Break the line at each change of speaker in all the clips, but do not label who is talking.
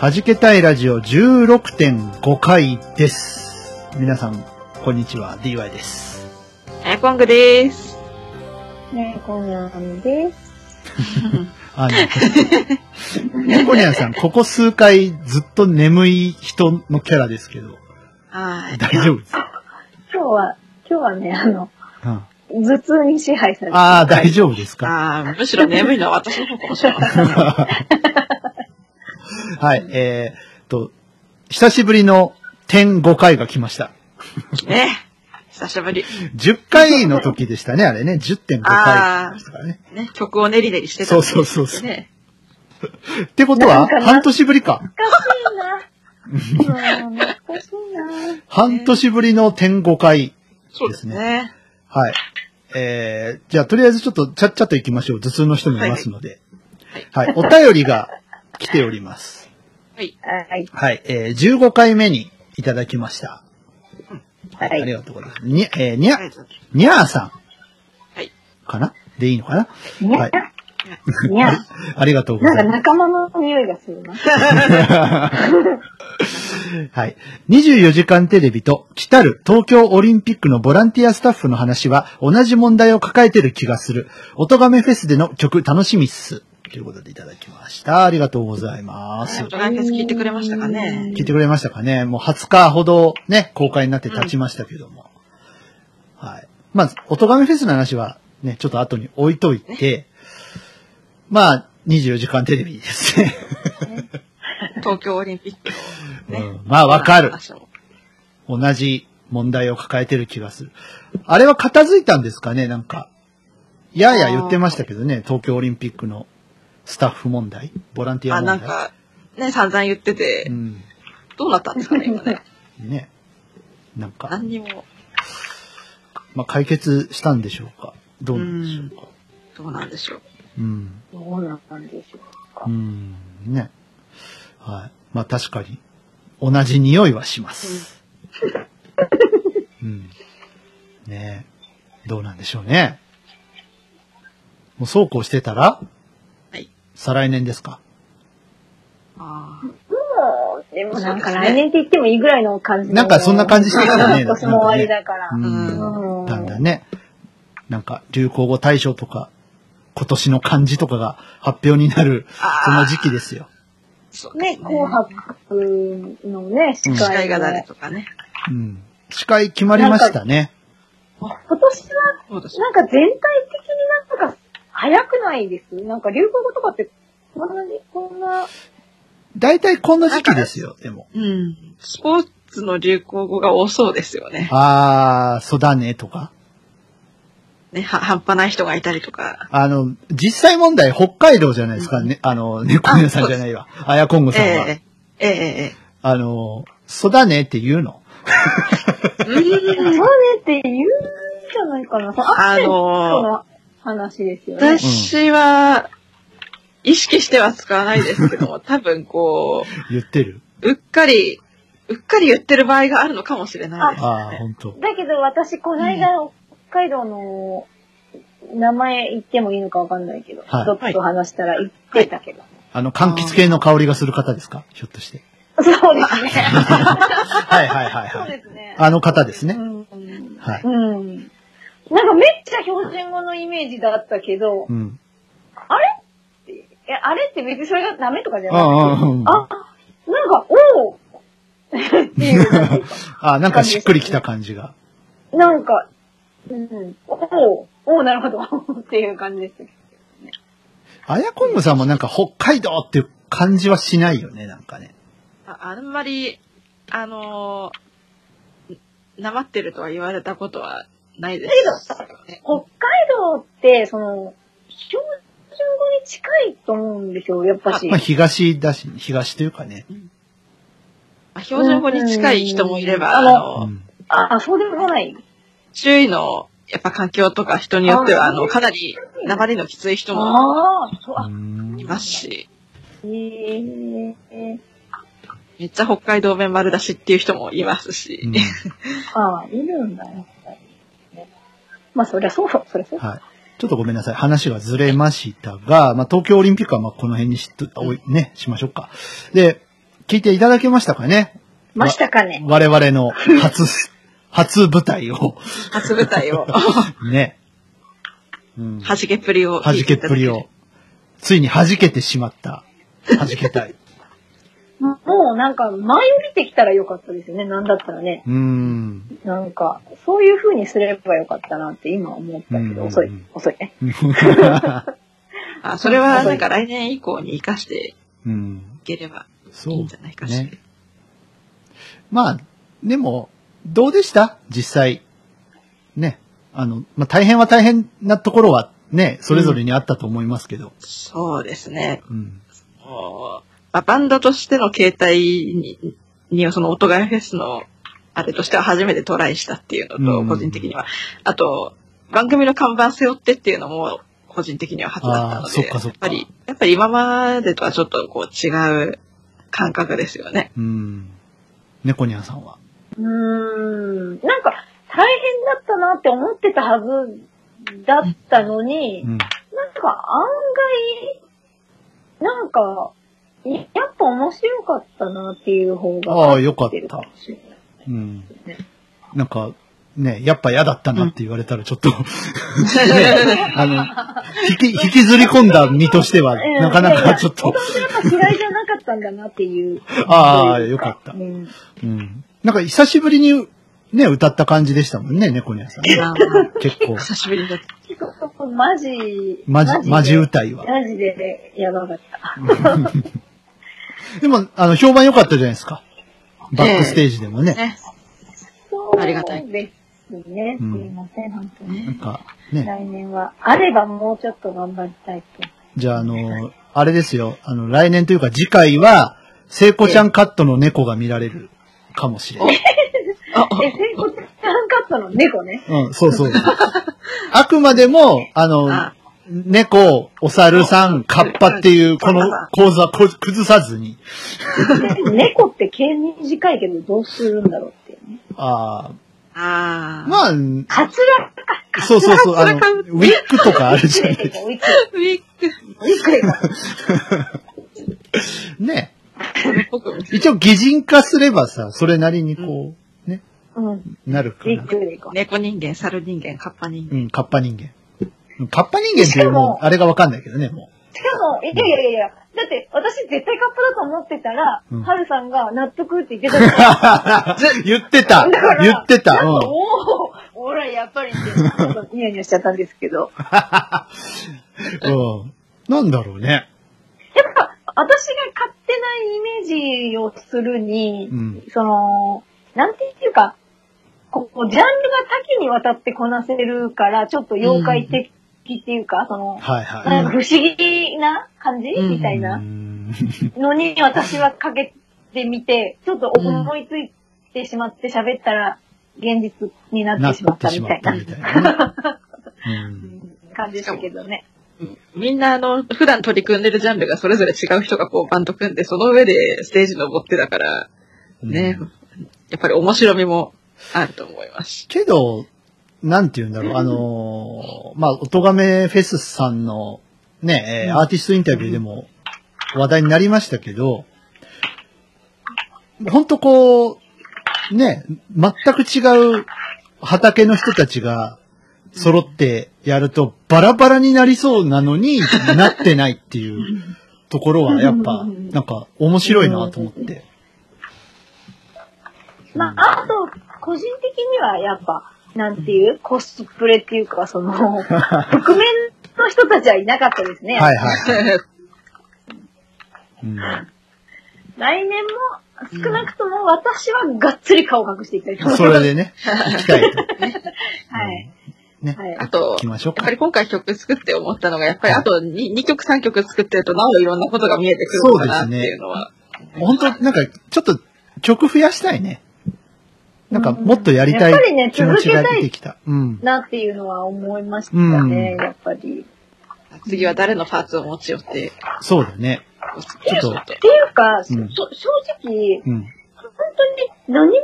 はじけたいラジオ16.5回です。皆さん、こんにちは、DY です。
エコングです。
ねえ、こんなんです。
あ の、ニャコニャンさん、ここ数回ずっと眠い人のキャラですけど、
はい。
大丈夫ですか、
今日は、今日はね、あの、
うん、あ
頭痛に支配されて、
あー、大丈夫ですか
ああ、むしろ眠いのは私の方かもしれない。
はい、えー、っと、久しぶりの点5回が来ました。
ね。 久しぶり。
10回の時でしたね、あれね。10.5回でしたからね。
ね。曲を練り練りしてた。
そうそうそうそう。
ね。
ってことは、半年ぶりか。
懐かしいな。うん懐かしいな。
半年ぶりの点5回。
そうですね。
はい。えー、じゃあ、とりあえずちょっと、ちゃっちゃと行きましょう。頭痛の人もいますので。はい、お便りが来ております。
はい。
はい。
はい。えー、15回目にいただきました。
は
あり
い。
がとうございます。に、えー、にゃ
あ、りがとうございます
にゃーさん。
はい。
かなでいいのかな
に
は
ゃ
い、。
にゃ。
ありがとうご
なん
ざ
か
います。
仲間の匂いがするな。
はい。24時間テレビと、来たる東京オリンピックのボランティアスタッフの話は、同じ問題を抱えてる気がする。音亀フェスでの曲楽しみっす。ということでいただきました。ありがとうございます
ね。ドランケス聞いてくれましたかね。
聞いてくれましたかねもう20日ほどね、公開になって経ちましたけども。はい。まあ、音亀フェスの話はね、ちょっと後に置いといて、まあ、24時間テレビですね。
東京オリンピックのね。
うん まあ、わかる。
話を
同じ問題を抱えてる気がする。あれは片付いたんですかねなんか。やや言ってましたけどね、東京オリンピックのスタッフ問題ボランティア
あ、
問
な
題
んか、ね、散々言って
う
て、
ん。
どうなったんですかね、今ね。
ね。なんか。
何にも、
まあ、解決したんでしょうかどうなんでしょうか
どうなんでしょう。
うん。
どうなんでしょうか
う。ん。ね。はい。まあ確かに、同じ匂いはします。うん。ねえ。どうなんでしょうね。もうそうこうしてたら、
はい
再来年ですか
あ
でもなんか来年って言ってもいいぐらいの感じ。
なんかそんな感じしてたよね
今年も終わりだから
う。ん。
うん
だんだんね。なんか、流行語大賞とか、今年の漢字とかが発表になる、
あー
その時期ですよ。
あ。そう
ね、紅白のね、司
司会
会
が
が。
誰
今
とかね。
うん。司会決まりましたね。
年は
そうです
なんか全体的になんか早くないですなんか流行語とかってこんなに、こんな、
大体こんな時期ですよ、でも。
うん。スポーツの流行語が多そうですよね。
あー、そうだね、とか。
ね、は半端ない人がいたりとか。
あの、実際問題、北海道じゃないですかね。あの、猫屋さんじゃないわ。あやこんごさんは。
ええええ
あの、そうだねって言うの。
ええう
そうんねって言うんじゃないかな。そのア
あのー
の話ですよね。
私は、意識しては使わないですけど も、多分こ
言ってる。
う、うっかり、うっかり言ってる場合があるのかもしれないです
あー、
ね。
ほんと。
だけど私、この間、北海道の名前言ってもいいのかわかんないけど、
はい
ちょっと話したら言ってたけど。
あの、柑橘系の香りがする方ですかひょっとして。
そうです ね。
はいはいはい
そう
はい。
ですね。
あの方ですね
う。ん。
はい。
うん。なんかめっちゃ標準語のイメージだったけど、
うん。
え、あれって別にそれがダメとかじゃ
う
ない。
んうんうん。
あ、なんか、おう っていうなんていうか。
あー、なんかしっくりきた感じが。
なんか、うん、おうおうなるほど っていう感じです。
あやこんごさんもなんか北海道っていう感じはしないよね、なんかね。
ああんまり、あのー、なまってるとは言われたことはないです、
北海って、その、標準語に近いと思うんですよ、やっぱし
まあ、。東だし、東というかね。
まあ標準語に近い人もいれば、
うん
あ
う
の、
ん。
あ、あそうでもない。
周囲の、やっぱ環境とか人によっては、
あ
あの、かなり流れのきつい人も
ああ、そ
う
う、あ、
ん
いますし、
えー、
めっちゃ北海道弁丸出しっていう人もいますし、
うん
ああ、いるんだ、やっぱりね。まあ、そりゃそう、そりゃそう。
はい。ちょっとごめんなさい。話がずれましたが、まあ、東京オリンピックはまあこの辺にしと、おいね、しましょうか。で、聞いていただけましたかね
ましたかね。
我々の初、 初舞台を。
初舞台を、
ね。うん。
弾けっぷりを。
弾けっぷりを。。ついに弾けてしまった。弾けたい。
もうなんか、前よりてきたらよかったですよね、なんだったらね。
うーん。
なんか、そういう風にすればよかったなって今思ったけど、
うん
遅い
うん、
遅いね。
あ、それはなんか来年以降に活かして
うん。
いければい
そ
いん
う
じゃ。ないかしら。
ねまあ、でも、どうでした実際。ね。あの、まあ、大変は大変なところはね、それぞれにあったと思いますけど。
そうですね。
うん。
もうまあ、バンドとしての形態に、にその音がいフェスのあれとしては初めてトライしたっていうの
う
と、
ん
個人的には。あと、番組の看板背負ってっていうのも、個人的には初だったの
あーそっ
で、
かそっ
やっ
か
ぱり、やっぱり今までとはちょっとこう違う感覚ですよ ね。
うん。猫ニャンさんは。
うーん、なんか、大変だったなって思ってたはずだったのに、
うん。
なんか案外、なんか、いやっぱ面白かったなっていう方が。
ああ、よかっ
出る
た
も。しれない
うん
ね。
なんか、ね、やっぱ嫌だったなって言われたらちょっと、ね、あの、引き、引きずり込んだ身としては、
うん
なかなかちょっと
い、やいや本当にやっぱ嫌いじゃなかったんだなっていう。
ああ、よかった
う。ん。
うん。なんか久しぶりに、ね、歌った感じでしたもんね、猫ニャンさんね。
まあまあ
結構、
久しぶりだっ
結構マジ、
マジ、マジ歌いは。
マジでやばかった。
でも、あの、評判良かったじゃないですか。バックステージでも
た
ね。
ね。
そう
ありがたい
ですね。す
うん
いません、本当に。
なんか、ね。
来年は、あればもうちょっと頑張りたいと。
じゃあ、あの、あれですよ。あの、来年というか次回は、聖子ちゃんカットの猫が見られるかもしれない。
あ
え、聖子ちゃんカットの猫 ね。
うん、そうそう。あくまでも、あの、
あ
猫、お猿さん、カッパっていう、この構図はこ崩さずに。
猫って毛短いけどどうするんだろうっていうね。
あ
あ
あ、
ー。
まあ、
カツラ
そうそうそう、あの、
カツラ
ウィッグとかあるじゃない
で
ですか。
もウィッ
ウィッグ、
グ、ウィッグでも
ね。
それっぽく見せ
一応、擬人化すればさ、それなりにこう、ね、
うん。ウ
なるか
ィッ
ら。
グでいこう。
猫人間、猿人間、カッパ人間
う。ん、カッパ人間。うんカッパ人間っていうもう、あれがわかんないけどね、も
しかも、いやいやいやいや、だって私絶対カップだと思ってたら、
うん
ハルさんが納得って言ってたか
う
ら。。
言ってた
だから
言ってた
なんか
うん。
おお、ほら、やっぱりって、ちょっとニヤニヤしちゃったんですけど。
うん。なんだろうね。
やっぱ、私が勝手なイメージをするに、
うん。
その、なんていうか、こう、ジャンルが多岐にわたってこなせるから、ちょっと妖怪的っていうか、その、
はいはい。
なんか不思議な感じ、
うん
みたいう
ー
なんのに私はかけてみて、ちょっと思いついてしまって喋ったら、現実にな
な
ってしま
っ
ってた
し
み
ま
た
っ
い
た
な
みたいなね。うん。
感じでしたけどね。
みんなあの、普段取り組んでるジャンルがそれぞれ違う人がこうバンド組んで、その上でステージ登ってだから、
うん
ね、やっぱり面白みもあると思いますし。
けど、なんて言うんだろう、あのー、まあ、おとがめフェスさんのね、えーアーティストインタビューでも話題になりましたけど、ほんとこう、ね、全く違う畑の人たちが揃ってやるとバラバラになりそうなの になってないっていうところはやっぱなんか面白いなと思って。
まあ、あと、個人的にはやっぱ、なんていう、コスプレっていうか、その、覆面の人たちはいなかったですね。
はいはい。うん
来年も、少なくとも私はがっつり顔隠していきたいと思います。
それでね、行きたいと。
はい。
ね。
はい。
あと
行、きましょう
やっ
か
ぱ。り今回曲作って思ったのが、やっぱりあと 2, 2曲3曲作ってるとなおいろんなことが見えてくるのかなっていうのは。
本当なんか、ちょっと曲増やしたいね。なんか、もっとやりた
やっぱりね
い気持ちが出てきた。うん。
なっていうのは思いました
うん
ね、やっぱり。
次は誰のパーツを持ち寄って、
そうだね。
ち
ょっ
っていうか、そ
うん
そ正直、
うん。
本当に何も見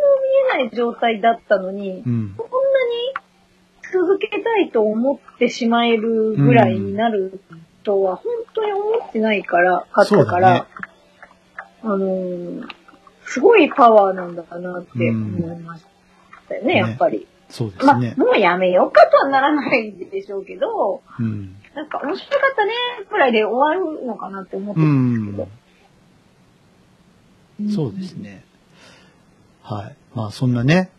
えない状態だったのに、
うん。
こんなに続けたいと思ってしまえるぐらいになるとは、本当に思ってないから、かっ
そう
た
だ
か
ね
ら、。あのーすごいパワーなんだなって思いましたよね、
うん
やっぱり。
そうで
ますあ、
ね。
もうやめようかとはならないでしょうけど、
うん。
なんか面白かったね、くらいで終わるのかなって思って
う
た
ん。そうですね。はい。まあ、そんなね、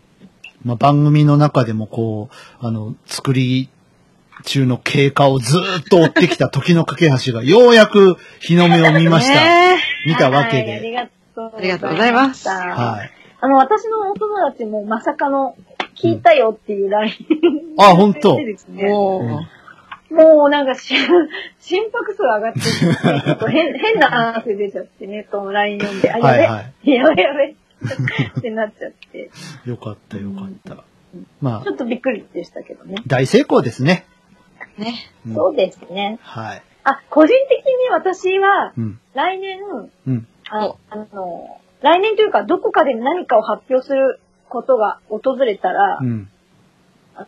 まあ、番組の中でもこう、あの、作り中の経過をずーっと追ってきた時の架け橋が、ようやく日の目を見ました。
ね
見たわけ
はいあり
で。
がとう。
ありがとうございます
は
はい。
い。あの、私のお友達もまさかの、聞いたよっていう LINE
あ、本当
でです
え
ね。
もう、
もうなんかし、心拍数上がってきて、ちょっと変、変な話出ちゃってね、この LINE 読んで、あ、
はい
や
は
べ、やべやべ、ってなっちゃって、ち
い。よかったよかった。まあ
ょ、っとびっくりでしたけどね。
大成功ですね。
ね。
うん
そうですね。
はい。
あ、個人的に私は、
うん。
来年、
うん。
あの、あの来年というか、どこかで何かを発表することが訪れたら、
うん。
あの、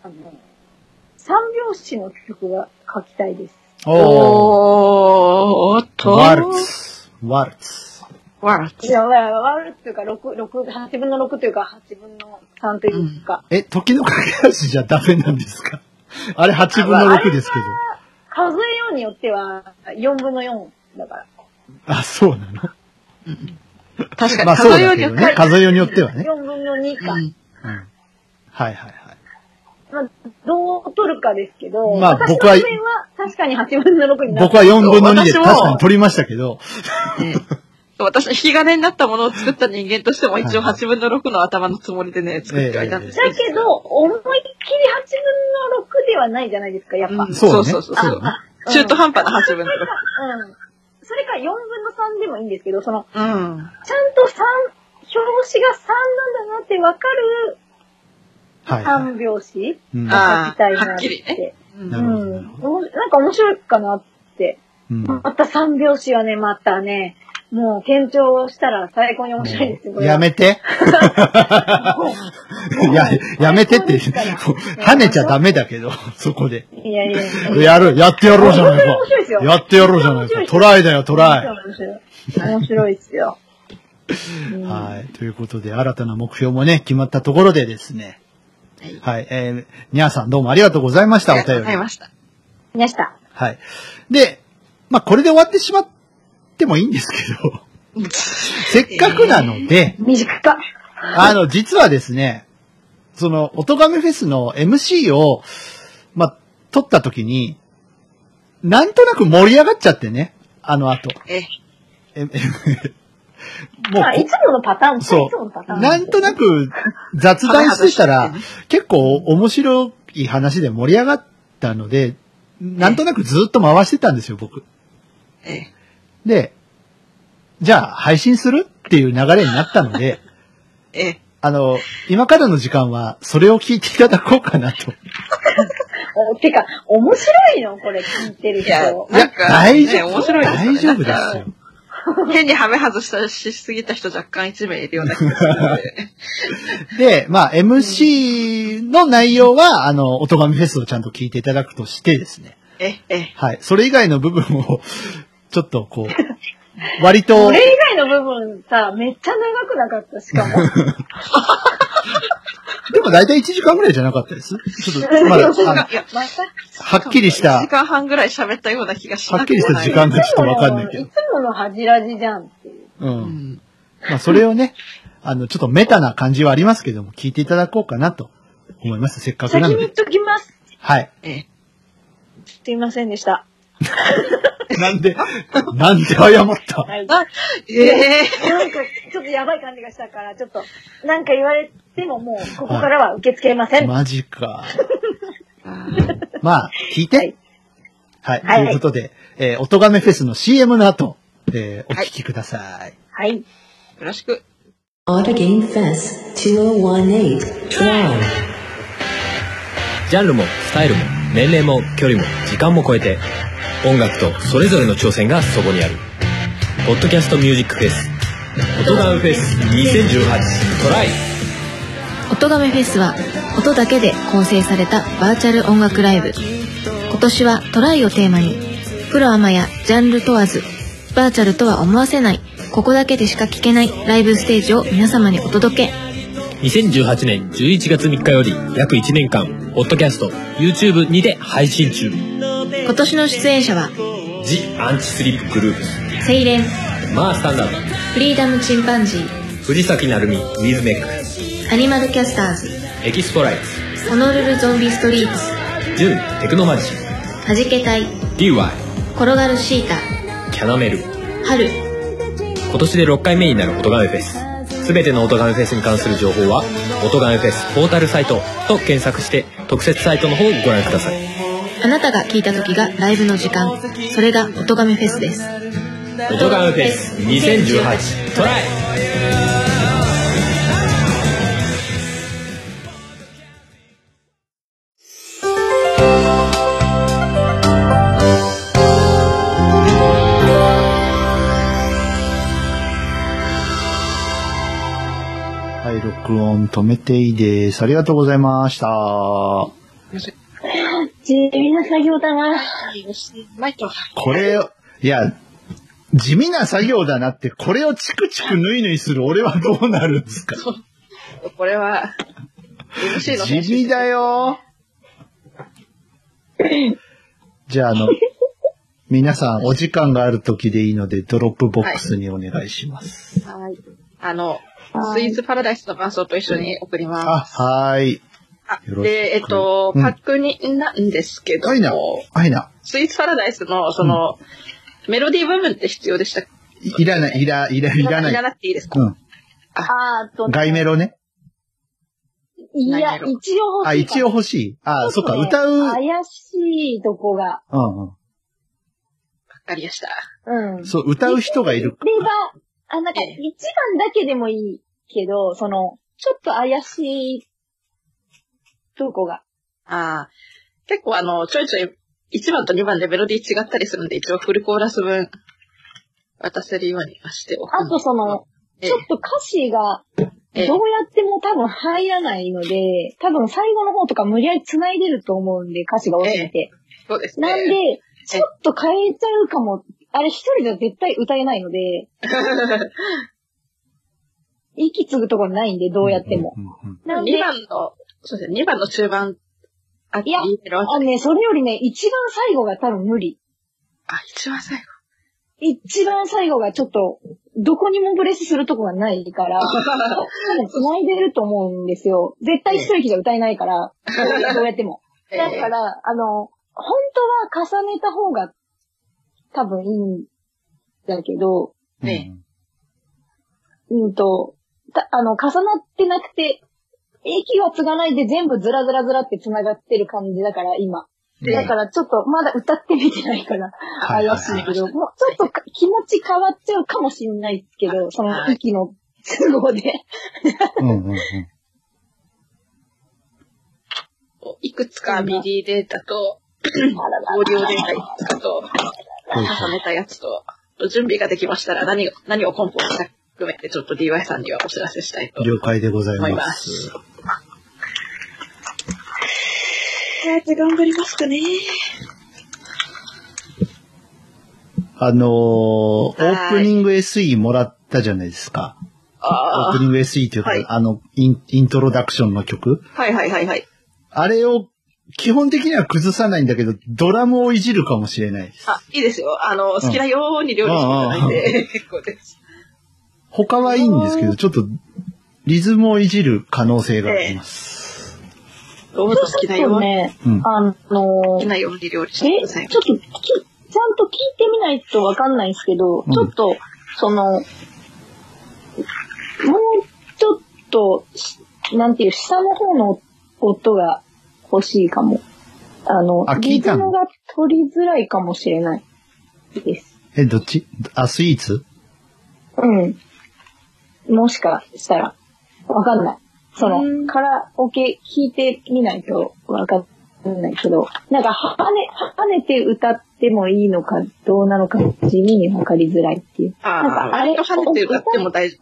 三拍子の曲が書きたいです。
おー。
おーっと。
ワル。ツ。ワルツ。
ワル
い
ツ。
や、ワールというか、六六八分の六というか、八分の三というか、
え、時の駆け足じゃダメなんですか あれ8分の6ですけど。
数えようによっては、四分の四だから。
あ、そうな の
確か
ま
に、
あそう
数えよ
だ
うに
け
よ
ど
っては
ね。数えようによってはね。
四分の二か。
う
う
ん
ん。はいはいはい。
まあ、どう取るかですけど、
まあ
私
僕は
の面は確かに八分の六になる。
僕は4分の2で
私も
確かに取りましたけど、
ね私の引き金になったものを作った人間としても一応
はい
8分の6の頭のつもりでね、作ってはいたんです
だけど、思いっきり八分の六ではないじゃないですか、やっぱ。
うん
そうだ
そ
ね。
う
そ
そうう
だ
うん
中途半端な8分の
うん。それか4分の3でもいいんですけど、その、
6。うん。
ちゃんと3、表紙が3なんだなってわかる
ね。はい。
3拍子
うんな
あ
が書きたいな
はっ
っ
きりね
て。
うん
な
う
るほど
ん
なるほ。
おもなんか面白いかなって。
うん
また3拍子はね、またね、もう検討したら最高に面白いですよこれは
やめ て。や、やめてって、
最高ですから
跳ねちゃダメだけど、そこで。
いやいや。
やる、やってやろうじゃないか
面白いです。よ
やってやろうじゃないか。トライだよ、トライ。
面白い。面白いですよ。うん
はい。ということで、新たな目標もね、決まったところでですね。はい。えー、にゃーさんどうもありがとうございました、お
ありがとう
便
ござい
り。
ました。
宮下。
はい。で、まあ、これで終わってしまってもいいんですけ ど、せっかくなので、
短っ。
あの、実はですね、その、おとがめフェスの MC を、まあ、撮った時に、なんとなく盛り上がっちゃってね、あの後。
え、
ええもう
まあ、いつものパターン、いつ
そう
ものパターン。
なんとなく雑談してたら、結構面白い話で盛り上がったので、なんとなくずっと回してたんですよ、僕。
え、
で、じゃあ配信するっていう流れになったので、
え、
あの、今からの時間はそれを聞いていただこうかなと。
おてか、面白いのこれ聞いてる
いや
人。
いや
なん、か
大丈
ね
夫、
面白いですよ
大
ね
丈夫で
なん
す
か
よ。
変にハメ外したしすぎた人若干1名いるような気が するので。
で、まあ、MC の内容は、あの、おとがみフェスをちゃんと聞いていただくとしてですね。
え、え、
はい。それ以外の部分を、ちょっとこう、 割と
こ、れ以外の部分さ、めっちゃ長くなかった、しかも。
でも大体1時間ぐらいじゃなかったです。ちょっと、 まだ、
そう
あの
いや、
また、
はっきりし
1
た
時、間半ぐらい喋ったような気がしなくもない
はっきりした時間がちょっとわかんないけど
いつもの恥じらじじゃんっていう。
う。
うんん。
まあ、それをね、あの、ちょっとメタな感じはありますけども、聞いていただこうかなと思います。せっかく
先
な
に
の
言っ
で。
ときます。
はい。
え、
すいませんでした。
なんで、なんで謝った
はい。
あ、ええ
なんか、ちょっとやばい感じがしたから、ちょっと、なんか言われてももう、ここからは受け付けません。
マジか。
ー。
まあ、聞いて。はい。
はい
ということで、えー、おとがめフェスの CM の後、えー、お聞きください。
はい。
よろしく。
Auto Game Fest 2018 Tron.
ジャンルもスタイルも年齢も距離も時間も超えて音楽とそれぞれの挑戦がそこにある「ポッドキャストミュージックフェス」「音ガンフェス2018トライ」
音亀フェスは音だけで構成されたバーチャル音楽ライブ今年はトライをテーマにプロアマやジャンル問わずバーチャルとは思わせないここだけでしか聴けないライブステージを皆様にお届け
2018年11月3日より約1年間ポッドキャスト YouTube にて配信中
今年の出演者は
「ジ・アンチスリップグループ
セイレン」
「マースタンダー
フリーダムチンパンジー
ド」「藤崎鳴海」「ミズメック」
アニマルキャスターズ
「エキスポライツ
ホノルルゾンビストリート」
「ジュン・テクノマジック」
はじけたい
DY
転がるシータ
「キャナメル」
春
今年で6回目になる音ガメフェスすべての音ガメフェスに関する情報は「音ガメフェスポータルサイト」と検索して特設サイトの方をご覧ください
あなたが聴いた時がライブの時間それが音亀フェスです
音ガメフェス2018トライ
はい、録音止めていいです。ありがとうございました。こ
地味な作業だな。
よし、マイト。
れを、いや、地味な作業だなって、これをチクチクヌイヌイする俺はどうなるんですか
これは、MC の
地
編集
味だよ。じゃあ、あの、皆さん、お時間がある時でいいので、ドロップボックスにお願いします。
はい。あの、スイーツパラダイスの感想と一緒に送りま
あ、はーい。
す。
よろしく
で、えっと、
うん
パックになんですけど
アイナ、
も、
アイナ、
スイーツパラダイスの、その、メロディー部分って必要でしたっけ
いいらない、いら、いら、いらない
いら。なくていいですか、
うん。
あーっと、
外メロね。
いや、
何やろ
一応欲しいか。
あ、一応欲しい。あ、そっか、歌う。うん
怪しいとこが。
うん。
わかりました。
うん。
そう、歌う人がいる。
これが、あ、なんか、
ええ
一番だけでもいいけど、その、ちょっと怪しいとこが。
ああ。結構あの、ちょいちょい、1番と2番でメロディー違ったりするんで、一応フルコーラス分、渡せるようにはしておく
あとその、
ええ
ちょっと歌詞が、ど
ええ
うやっても多分入らないので、多分最後の方とか無理やり繋いでると思うんで、歌詞が多すぎて。
そうですね。
なんで、ちょっと変えちゃうかも。あれ一人じゃ絶対歌えない ので、息継ぐところないんで、どうやっても。
うんうんうん
なんで、
2番の、そうですね、2番の中盤、あ、
いや
いメロ
あのね、それよりね、一番最後が多分無理。
あ、一番最後。
一番最後がちょっと、どこにもブレスするとこがない から、多分繋いでると思うんですよ。絶対一人じゃ歌えな いから、どうやっても。
え
だから、あの、本当は重ねた方が多分いいんだけど、
ね
うんと、たあの、重なってなくて、駅は継がないで全部ずらずらずらって繋がってる感じだから、今。
ええ
だからちょっとまだ歌ってみてないから
い
怪しいけど、もうちょっとか気持ち変わっちゃうかもしれないですけど、その息の都合で。
うんうんうん。
いくつか MIDI データと、オーディオデータいくつかと、
はい
重
はい
ねたやつと、準備ができましたら何を、何をコンポしたか含めて、ちょっと DY さんにはお知らせしたいと
了解でござい
思い
ま
ます
す。。
早く頑張りますかね。
あのー、オ
い
ープニング SE もらったじゃないですか。オ
あ
ープ
あ、
ニング SE というか、
はい
あのイン、イントロダクションの曲。
はいはいはいはい。
あれを、基本的には崩さないんだけど、ドラムをいじるかもしれないです。
あ、いいですよ。あの、好きなように料理していただいて、結構です。
他はいいんですけど、ちょっと、リズムをいじる可能性があります。
どうぞ好きな
ち
よ
ょっ
う
と
に、
ね、
うん
あの
好き
ー、
なように料理して
え、
ください
ち。ょっとき、ちゃんと聞いてみないとわかんないですけど、
うん
ちょっと、その、もうちょっとし、なんていう、下の方の音が欲しいかも。あの
あ、聞
リ
い
ズ
たの
ムが取りづらいかもしれないです。
え、どっちあ、スイーツ
うん。もしかしたら、わかんない。その、カラオケ聞いてみないとわかんないけど、なんか、跳ね、跳ねて歌ってもいいのか、どうなのか、地味にわかりづらいっていう。
あ
なん
あ、
かあれ
割と跳ねて歌っても大丈
聞い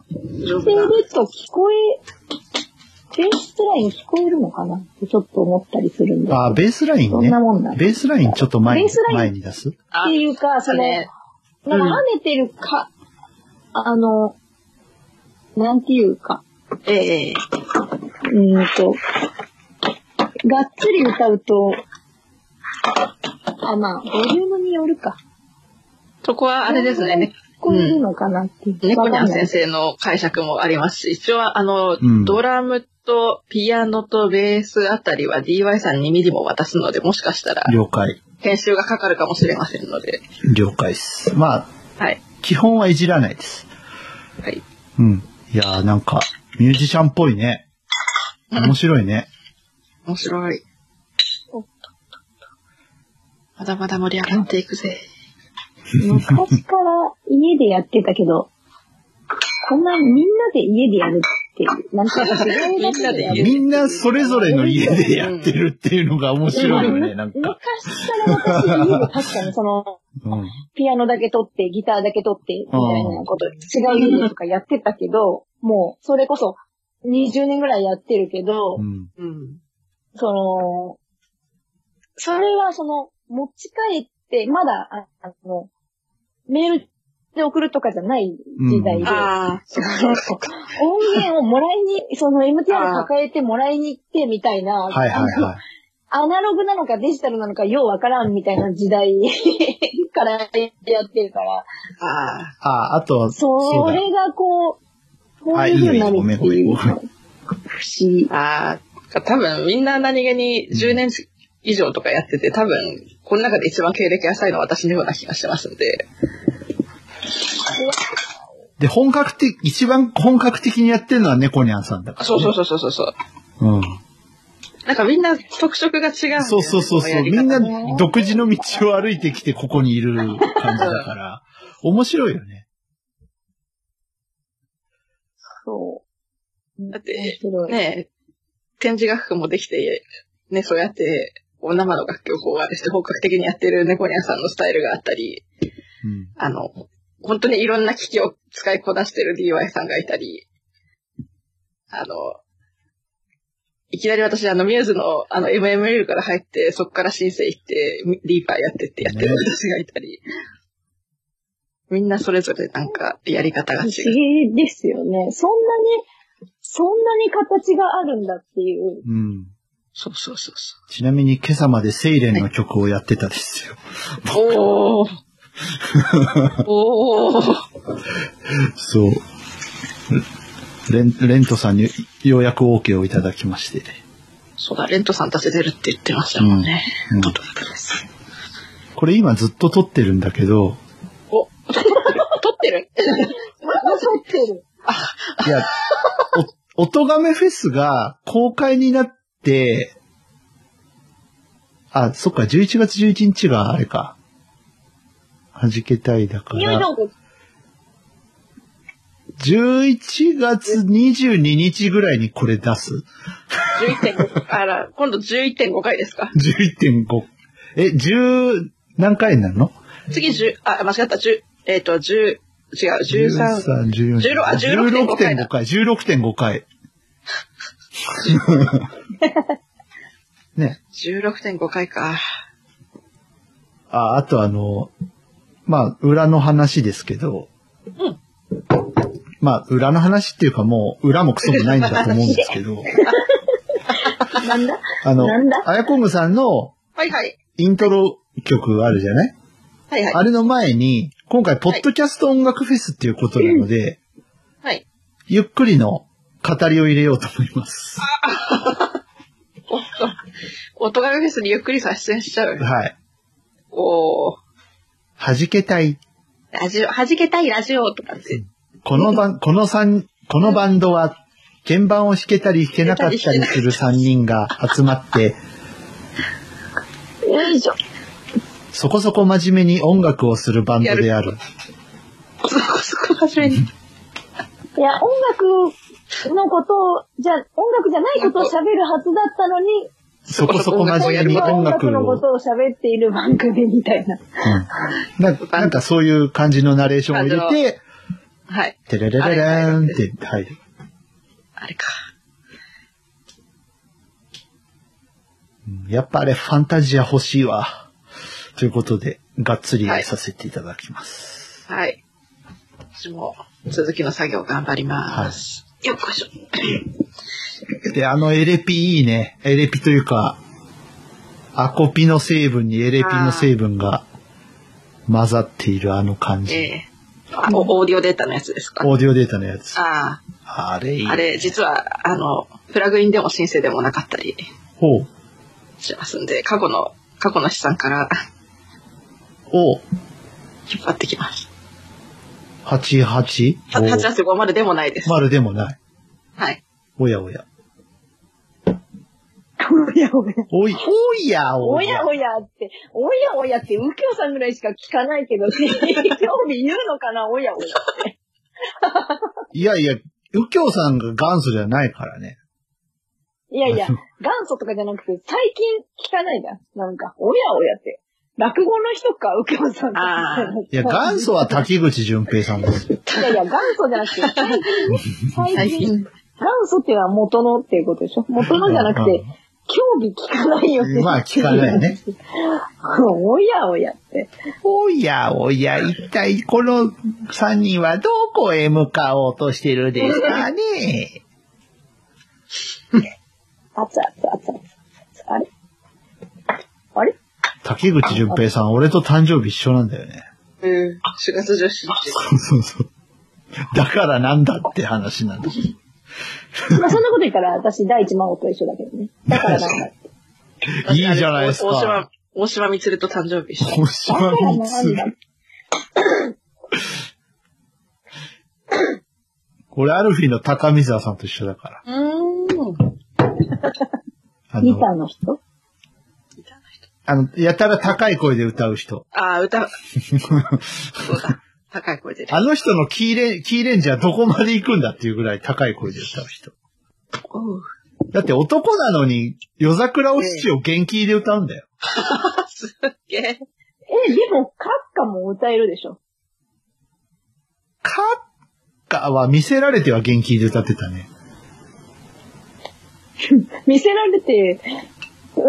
夫
て
な。
ると聞こえ、ベースライン聞こえるのかなってちょっと思ったりするんで。
あ、ベースライン
そ
ね
んな。もんなん。っ
ベースラインちょっと前に
ベースライン
前に出す
あ
ていうか、その、
ね。
なんか跳ねてるか、あの、なんていうか、
ええ
うーんと、がっつり歌うと、あ、まあ、ボリュームによるか。
そこはあれですね。
聞こえるのかなっていう。
猫
わ
ニ
か
ャン
んない
先生の解釈もありますし、一応あの、
うん
ドラムとピアノとベースあたりは DY さんにミリも渡すので、もしかしたら
了解。
編集がかかるかもしれませんので。
了解っす。まあ、
はい。
基本はいじらないです。
はい。
うん。いやーなんか、ミュージシャンっぽいね。面白いね。
面白い。まだまだ盛り上がっていくぜ。
昔から家でやってたけど、こんなみんなで家でやるっていう、なんか違う
みんなでやる
みんなそれぞれの家でやってるっていうのが面白いよね、なん
昔
か。
から私家で確かにその、
うん。
ピアノだけ取って、ギターだけ取って、みたいなこと、違う家でとかやってたけど、もう、それこそ、20年ぐらいやってるけど、
うん。
うん。
その、それはその、持ち帰って、まだ、ああの、メールで送るとかじゃない時代で、
ああ、そう
そうそう音源をもらいに、その MTR 抱えてもらいに行ってみたいな、
はいはいはい。
アナログなのかデジタルなのかようわからんみたいな時代 からやってるから、
ああ。
あ、あと、
そ
そうだ。
れがこう、こう
あ
い
いういよ
風
いい
に
よ
なるっていう
ごめんごめん
不思議。
ああ、多分みんな何気に10年以上とかやってて、多分この中で一番経歴浅いのは私のような気がしてますんで。
で、本格的、一番本格的にやってるのは猫ニャンさんだから。
そうそうそうそうそうそう。
うん。
なんかみんな特色が違うんだよね
そうそうそうそう。みんな独自の道を歩いてきてここにいる感じだ から、面白いよね。
そう。
だって
面白い。
ねえ、展示学もできて、ね、そうやって、こう生の楽器をこうあれして本格的にやってる猫ニャンさんのスタイルがあったり、
うん。
あの、本当にいろんな機器を使いこなしてる DY さんがいたり、あの、いきなり私、あの、ミューズの、あの、MML から入って、そこからシンセ行って、みリーパーやってってやってる
ね
私がいたり、みんなそれぞれなんか、やり方が
不
違
思
う。
議ですよね。そんなに、そんなに形があるんだっていう。
うん。
そうそうそうそ
ちなみに今朝までセイレンの曲をやってたですよ。
う。おーおー
そう。レン、レントさんにようやく OK をいただきまして。
そうだ、レントさんたち出るって言ってましたもんね。
うん
トトップです。
これ今ずっと撮ってるんだけど、
お、撮ってる
残ってる。
いや、お、 音亀フェスが公開になって、あ、そっか、11月11日があれか。弾けたいだか
よいし
ら、
ょこ
11月22日ぐらいにこれ出す。
11.5あら、今度11.5回ですか。
11.5。え、10、何回になるの
次10、あ、間違った、10、えっ、と、10、違う、13、
13 14
16あ16.5回だ
16.5回、16.5回。ね。
16.5回か。
あ、あとあの、まあ、裏の話ですけど、
ん
まあ、裏の話っていうかもう、裏もクソもないんだと思うんですけど、
なんだ
あの
なんだ、
あやこんぐさんの
はいはい。
イントロ曲あるじゃない
はいはい。
あれの前に、今回、ポッドキャスト音楽フェスっていうことなので、
はい。
ゆっくりの語りを入れようと思います。
おっと、音楽フェスにゆっくりさ、出演しちゃう。
はい。
おー、
弾けたい
ラジオ、弾けたいラジオとかって。
このバン、この三、このバンドは、鍵盤を弾けたり弾けなかったりする3人が集まって、
以上。
そこそこ真面目に音楽をするバンドである。
そこそこ真面目に。
いや、音楽のことを、じゃあ、音楽じゃないことを喋るはずだったのに、
そこそこ真面目に
今
音
音
楽
楽の
を。う
ことを喋っている番組みたいな。
ん、ななんかそういう感じのナレーションを入れて、
はい。
テレレレレーンって入る。
あれか。
うんやっぱあれファンタジア欲しいわ。ということで、がっつりさせていただきます。
はい。私も続きの作業頑張ります。よっこいしょ。
で、あのエレピいいね。エレピというか、アコピの成分にエレピの成分が混ざっているあの感じ。
えーあおオーディオデータのやつですか。
オーディオデータのやつ。
あ
あれいい
あ、。あれ、実は、あの、プラグインでも申請でもなかったり
ほう。
しますんで、過去の、過去の資産から
おう。
引っ張ってきます。
88?
は8850でもないです。
丸でもない。
はい。
おやおや。
おやおや。
おい、おやお
お
や
や。おやって、おやおやって、右京さんぐらいしか聞かないけど、興味言うのかな、おやおや。
いやいや、右京さんが元祖じゃないからね。
いやいや、元祖とかじゃなくて、最近聞かないじゃん。なんか、おやおやって。落語の人か、右京さんかみ
い
た
や、
いな。
元祖は滝口淳平さんですよ。
いやいや、元祖じゃなくて、最近ね、最
最
近。
近、
元祖っていうのは元のっていうことでしょ元のじゃなくて、興味聞かないよって。
まあ聞かないね。
おやおやって。
おやおや、一体この三人はどこへ向かおうとしてるですかね
あつあつあつあつ。あれあれ
滝口淳平さん、俺と誕生日一緒なんだよね。
うん、4月17日。
そうそう。だからなんだって話なん だ。
まあそんなこと言ったら、私、第一孫と一緒だけどね。だからなんだ。
いいじゃないです
大島
か。、
大島みつると誕生日一緒
大島
だから
み
な
つ
ん
る
だ。
俺、アルフィーの高見沢さんと一緒だから。
うーん。
あ
ギ
の
タ、ーの人
あのやたら高い声で歌う人。
あ あ、歌、そうだ。高い声で。
あの人のキーレン、キーレンジャーどこまで行くんだっていうぐらい高い声で歌う人。
おう
だって男なのに、夜桜お七を元気で歌うんだよ。
すっげえ。
え、でも、カッカも歌えるでしょ
カッカは見せられては元気で歌ってたね。
見せられて、 う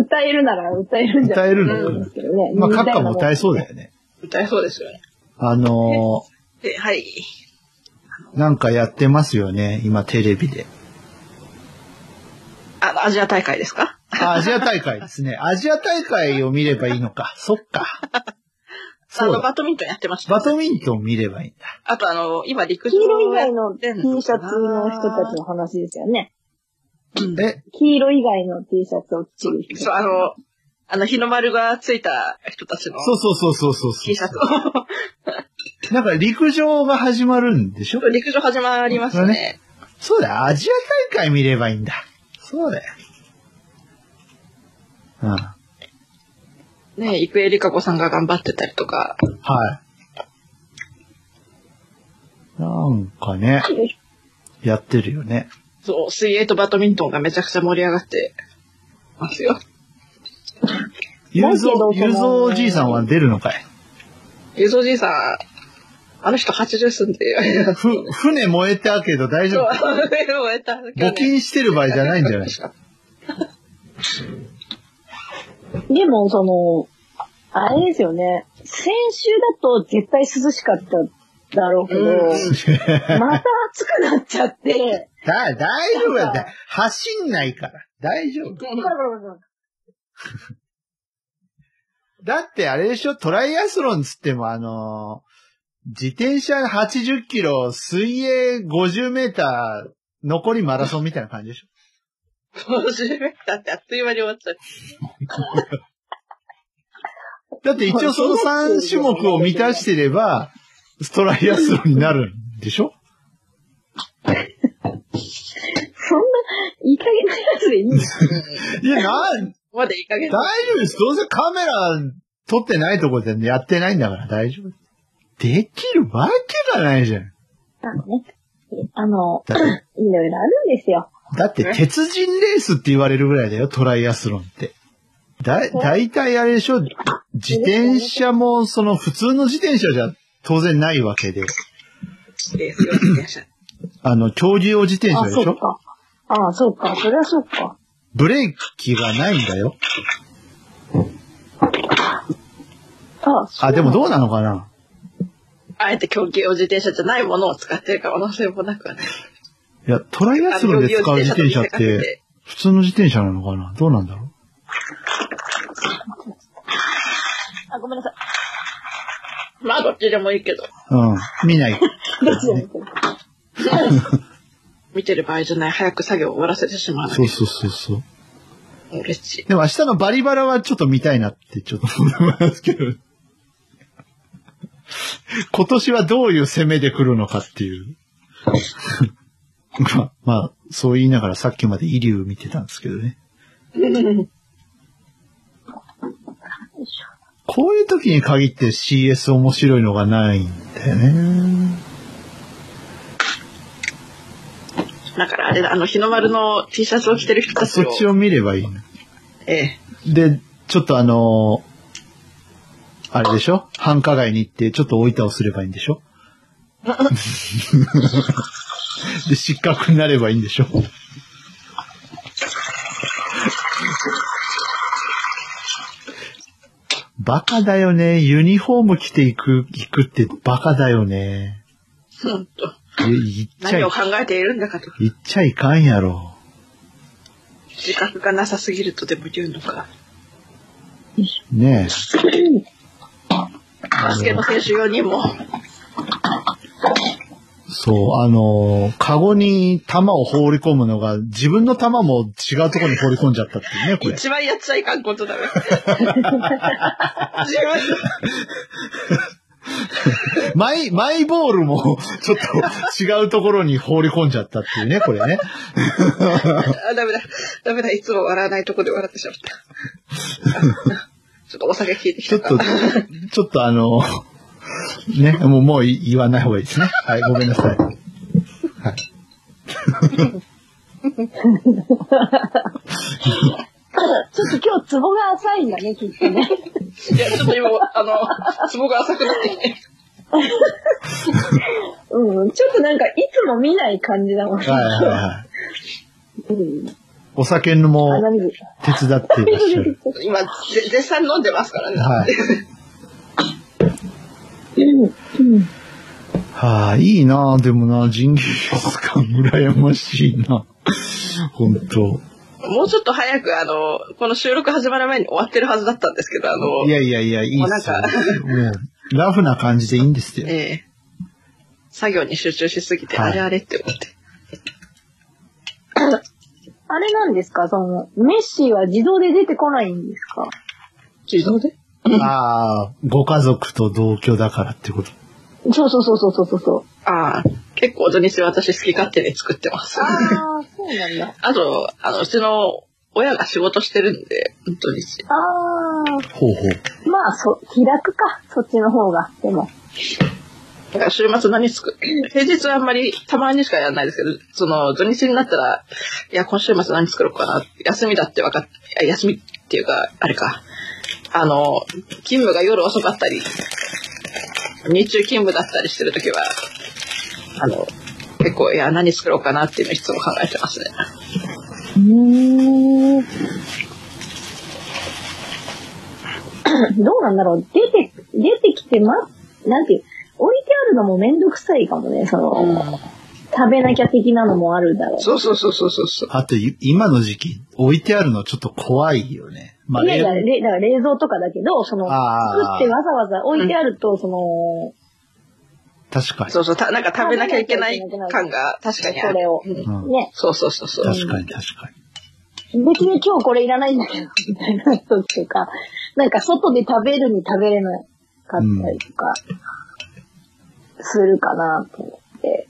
歌えるなら歌えるんじゃ
歌
ない
える
ん
の
ですけどね。
まあ、カッカも歌え
え
そうだよね。
歌えそうですよね。
あの
ではい。
ー、なんかやってますよね、今テレビで。
あの、アジア大会ですか
あ、アジア大会ですね。アジア大会を見ればいいのか。そっか。
あ
そう
の、
だ。
バドミントンやってました。
バドミントン見ればいいんだ。
あとあの、今陸上
黄色以
や
外の
って
T シャ
ん
ツの人
か
た
な
ちの話ですよね。
え、
黄色以外の T シャツを着てる人。
そう、あの、あの、日の丸がついた人たちの
そうそうそうそうそうそう。
T シャツを、
なんか陸上が始まるんでしょ
陸上始まりましたね。
そうだ、アジア大会見ればいいんだ。そうだよ。うん。は
ね、郁恵里香子さんが頑張ってたりとか、
い。なんかね、やってるよね。
そう、水泳とバドミントンがめちゃくちゃ盛り上がってますよ。
ゆうぞ
だけど、
ゆうぞおじいさんは出るのかい
ゆずおじいさん、あの人80住んで、
ふ、船燃えたけど大丈
そう
夫、
終えた。
募金してる場合じゃないんじゃない
でも、その、あれですよね。先週だと絶対涼しかっただろうけど、また暑くなっちゃって、
だ、大丈夫だって。走んないから。大丈夫。だってあれでしょ、トライアスロンつってもあのー自転車80キロ、水泳50メーター、残りマラソンみたいな感じでしょ。
50メーターってあっという間に終わっちゃう。
だって一応その3種目を満たしてれば、トライアスロンになるんでしょ
そんな、いい加減なやつでいい
いや、なん、
こまでいい加減
大丈夫です。どうせカメラ撮ってないとこでやってないんだから大丈夫。できるわけがないじゃん。
なんかね、あの、
だって、
いろいろあるんですよ。
だって鉄人レースって言われるぐらいだよ、トライアスロンって。だ、だいたいあれでしょ、自転車もその普通の自転車じゃ当然ないわけで、
ですよ、自転車。
あの、競技用自転車
あ、
でし
そ
ょ
うか。あそうか。それはそうか。
ブレーキがないんだよ。
あ、そう
あ、でもどうなのかな
あえて競技用自転車じゃないものを使ってる可能性もなくはない。
いや、トライアスロンで使う自転車って、普通の自転車なのかなどうなんだろ
あ、ごめんなさい。
まあ、どっちでもいいけど、
ううん。見ない。
どっちでもいいけど。
見てる場合じゃない。早く作業を終わらせてしまうの
そう
に。
そうそうそう。
嬉しい。
でも明日のバリバラはちょっと見たいなってちょっと思いますけど。今年はどういう攻めで来るのかっていう。 まあ、まあ、そう言いながらさっきまでイリュウ見てたんですけどね。こういう時に限って CS 面白いのがないんだよね。
だからあれだ、あの、日の丸の T シャツを着てる人たち
そ
を
っ。ちを見ればいいな。
ええ。
で、ちょっとあのーあれでしょ繁華街に行って、ちょっと追い倒すればいいんでしょ で、失格になればいいんでしょバカだよね。ユニフォーム着ていく、行くってバカだよね。
ほんと。
え行っちゃい
何を、考えているんだかと。
行っちゃいかんやろ。
自覚がなさすぎるとでも言うのか。
ねえ。
バスケの選手4人も。
そう、あのーカゴに玉を放り込むのが、自分の玉も違うところに放り込んじゃったっていうね、これ。
一番やっちゃいかんこ とだね。自分の
マイ、マイボールも、ちょっと違うところに放り込んじゃったっていうね、これね。
あ、ダメだ。ダメだ。いつも笑わないとこで笑ってしまった。ちょっとお酒聞いてき
ちょ
た
っ
か
と、
ら。
ちょっとあのーね、もう、もう言わない方がいいですね。はい、ごめんなさい。はい。
ちょっと今日、ツボが浅いんだね、きっとね。
いや、ちょっと今、あの、ツボが浅くなってきて。
うん。ちょっとなんか、いつも見ない感じだもん。
はいはいはい。
うん。
お酒のも
鼻水。
手伝っていらっしゃる。
今、ぜ絶賛飲んでますからね。
はい。
うん。うん。
はあ、いいなあでもな人形ですか、羨ましいな本当
もうちょっと早く、あの、この収録始まる前に終わってるはずだったんですけど、あ
い
の、
やいやいや、いいっすよ
もう
もう、ラフな感じでいいんですよ。
ええ作業に集中しすぎて、
はい
あれあれって思って。
あれなんですかその、メッシは自動で出てこないんですか
自動で
ああ、ご家族と同居だからってこと。
そうそうそうそうそうそう。
ああ、結構土日私好き勝手に作ってます。
ああ、そうなんだ。
あと、あの、うちの親が仕事してるんで、本当に。
ああ、
ほうほう。
まあ、そ、気楽か。そっちの方が。でも。
だから週末何作る平日はあんまりたまにしかやらないですけど、その土日になったら、いや、今週末何作ろうかな。休みだって分かって、休みっていうか、あれか。あの、勤務が夜遅かったり、日中勤務だったりしてるときは、あの、結構、いや、何作ろうかなっていうのをいつも考えてますね。
うーん。どうなんだろう出て、出てきてま、なんていう、置いてあるのもめんどくさいかもね。その、食べなきゃ的なのもあるだろう。
そうそうそうそうそうそう。
あと、い今の時期、置いてあるのちょっと怖いよね。まあ、
いやいや、
冷
れだから冷蔵とかだけど、その、
あー
作ってわざわざ置いてあると、その、
確かに。
そうそう、たなんか食べなきゃいけない感が確かにあ
こ
る。
れを、
うん
うん、
ね、
そうそうそうそう。
確かに確かに。
別に今日これいらないんだけど、みたいな人っていうか、なんか外で食べるに食べれなかったりとか、するかなと思って。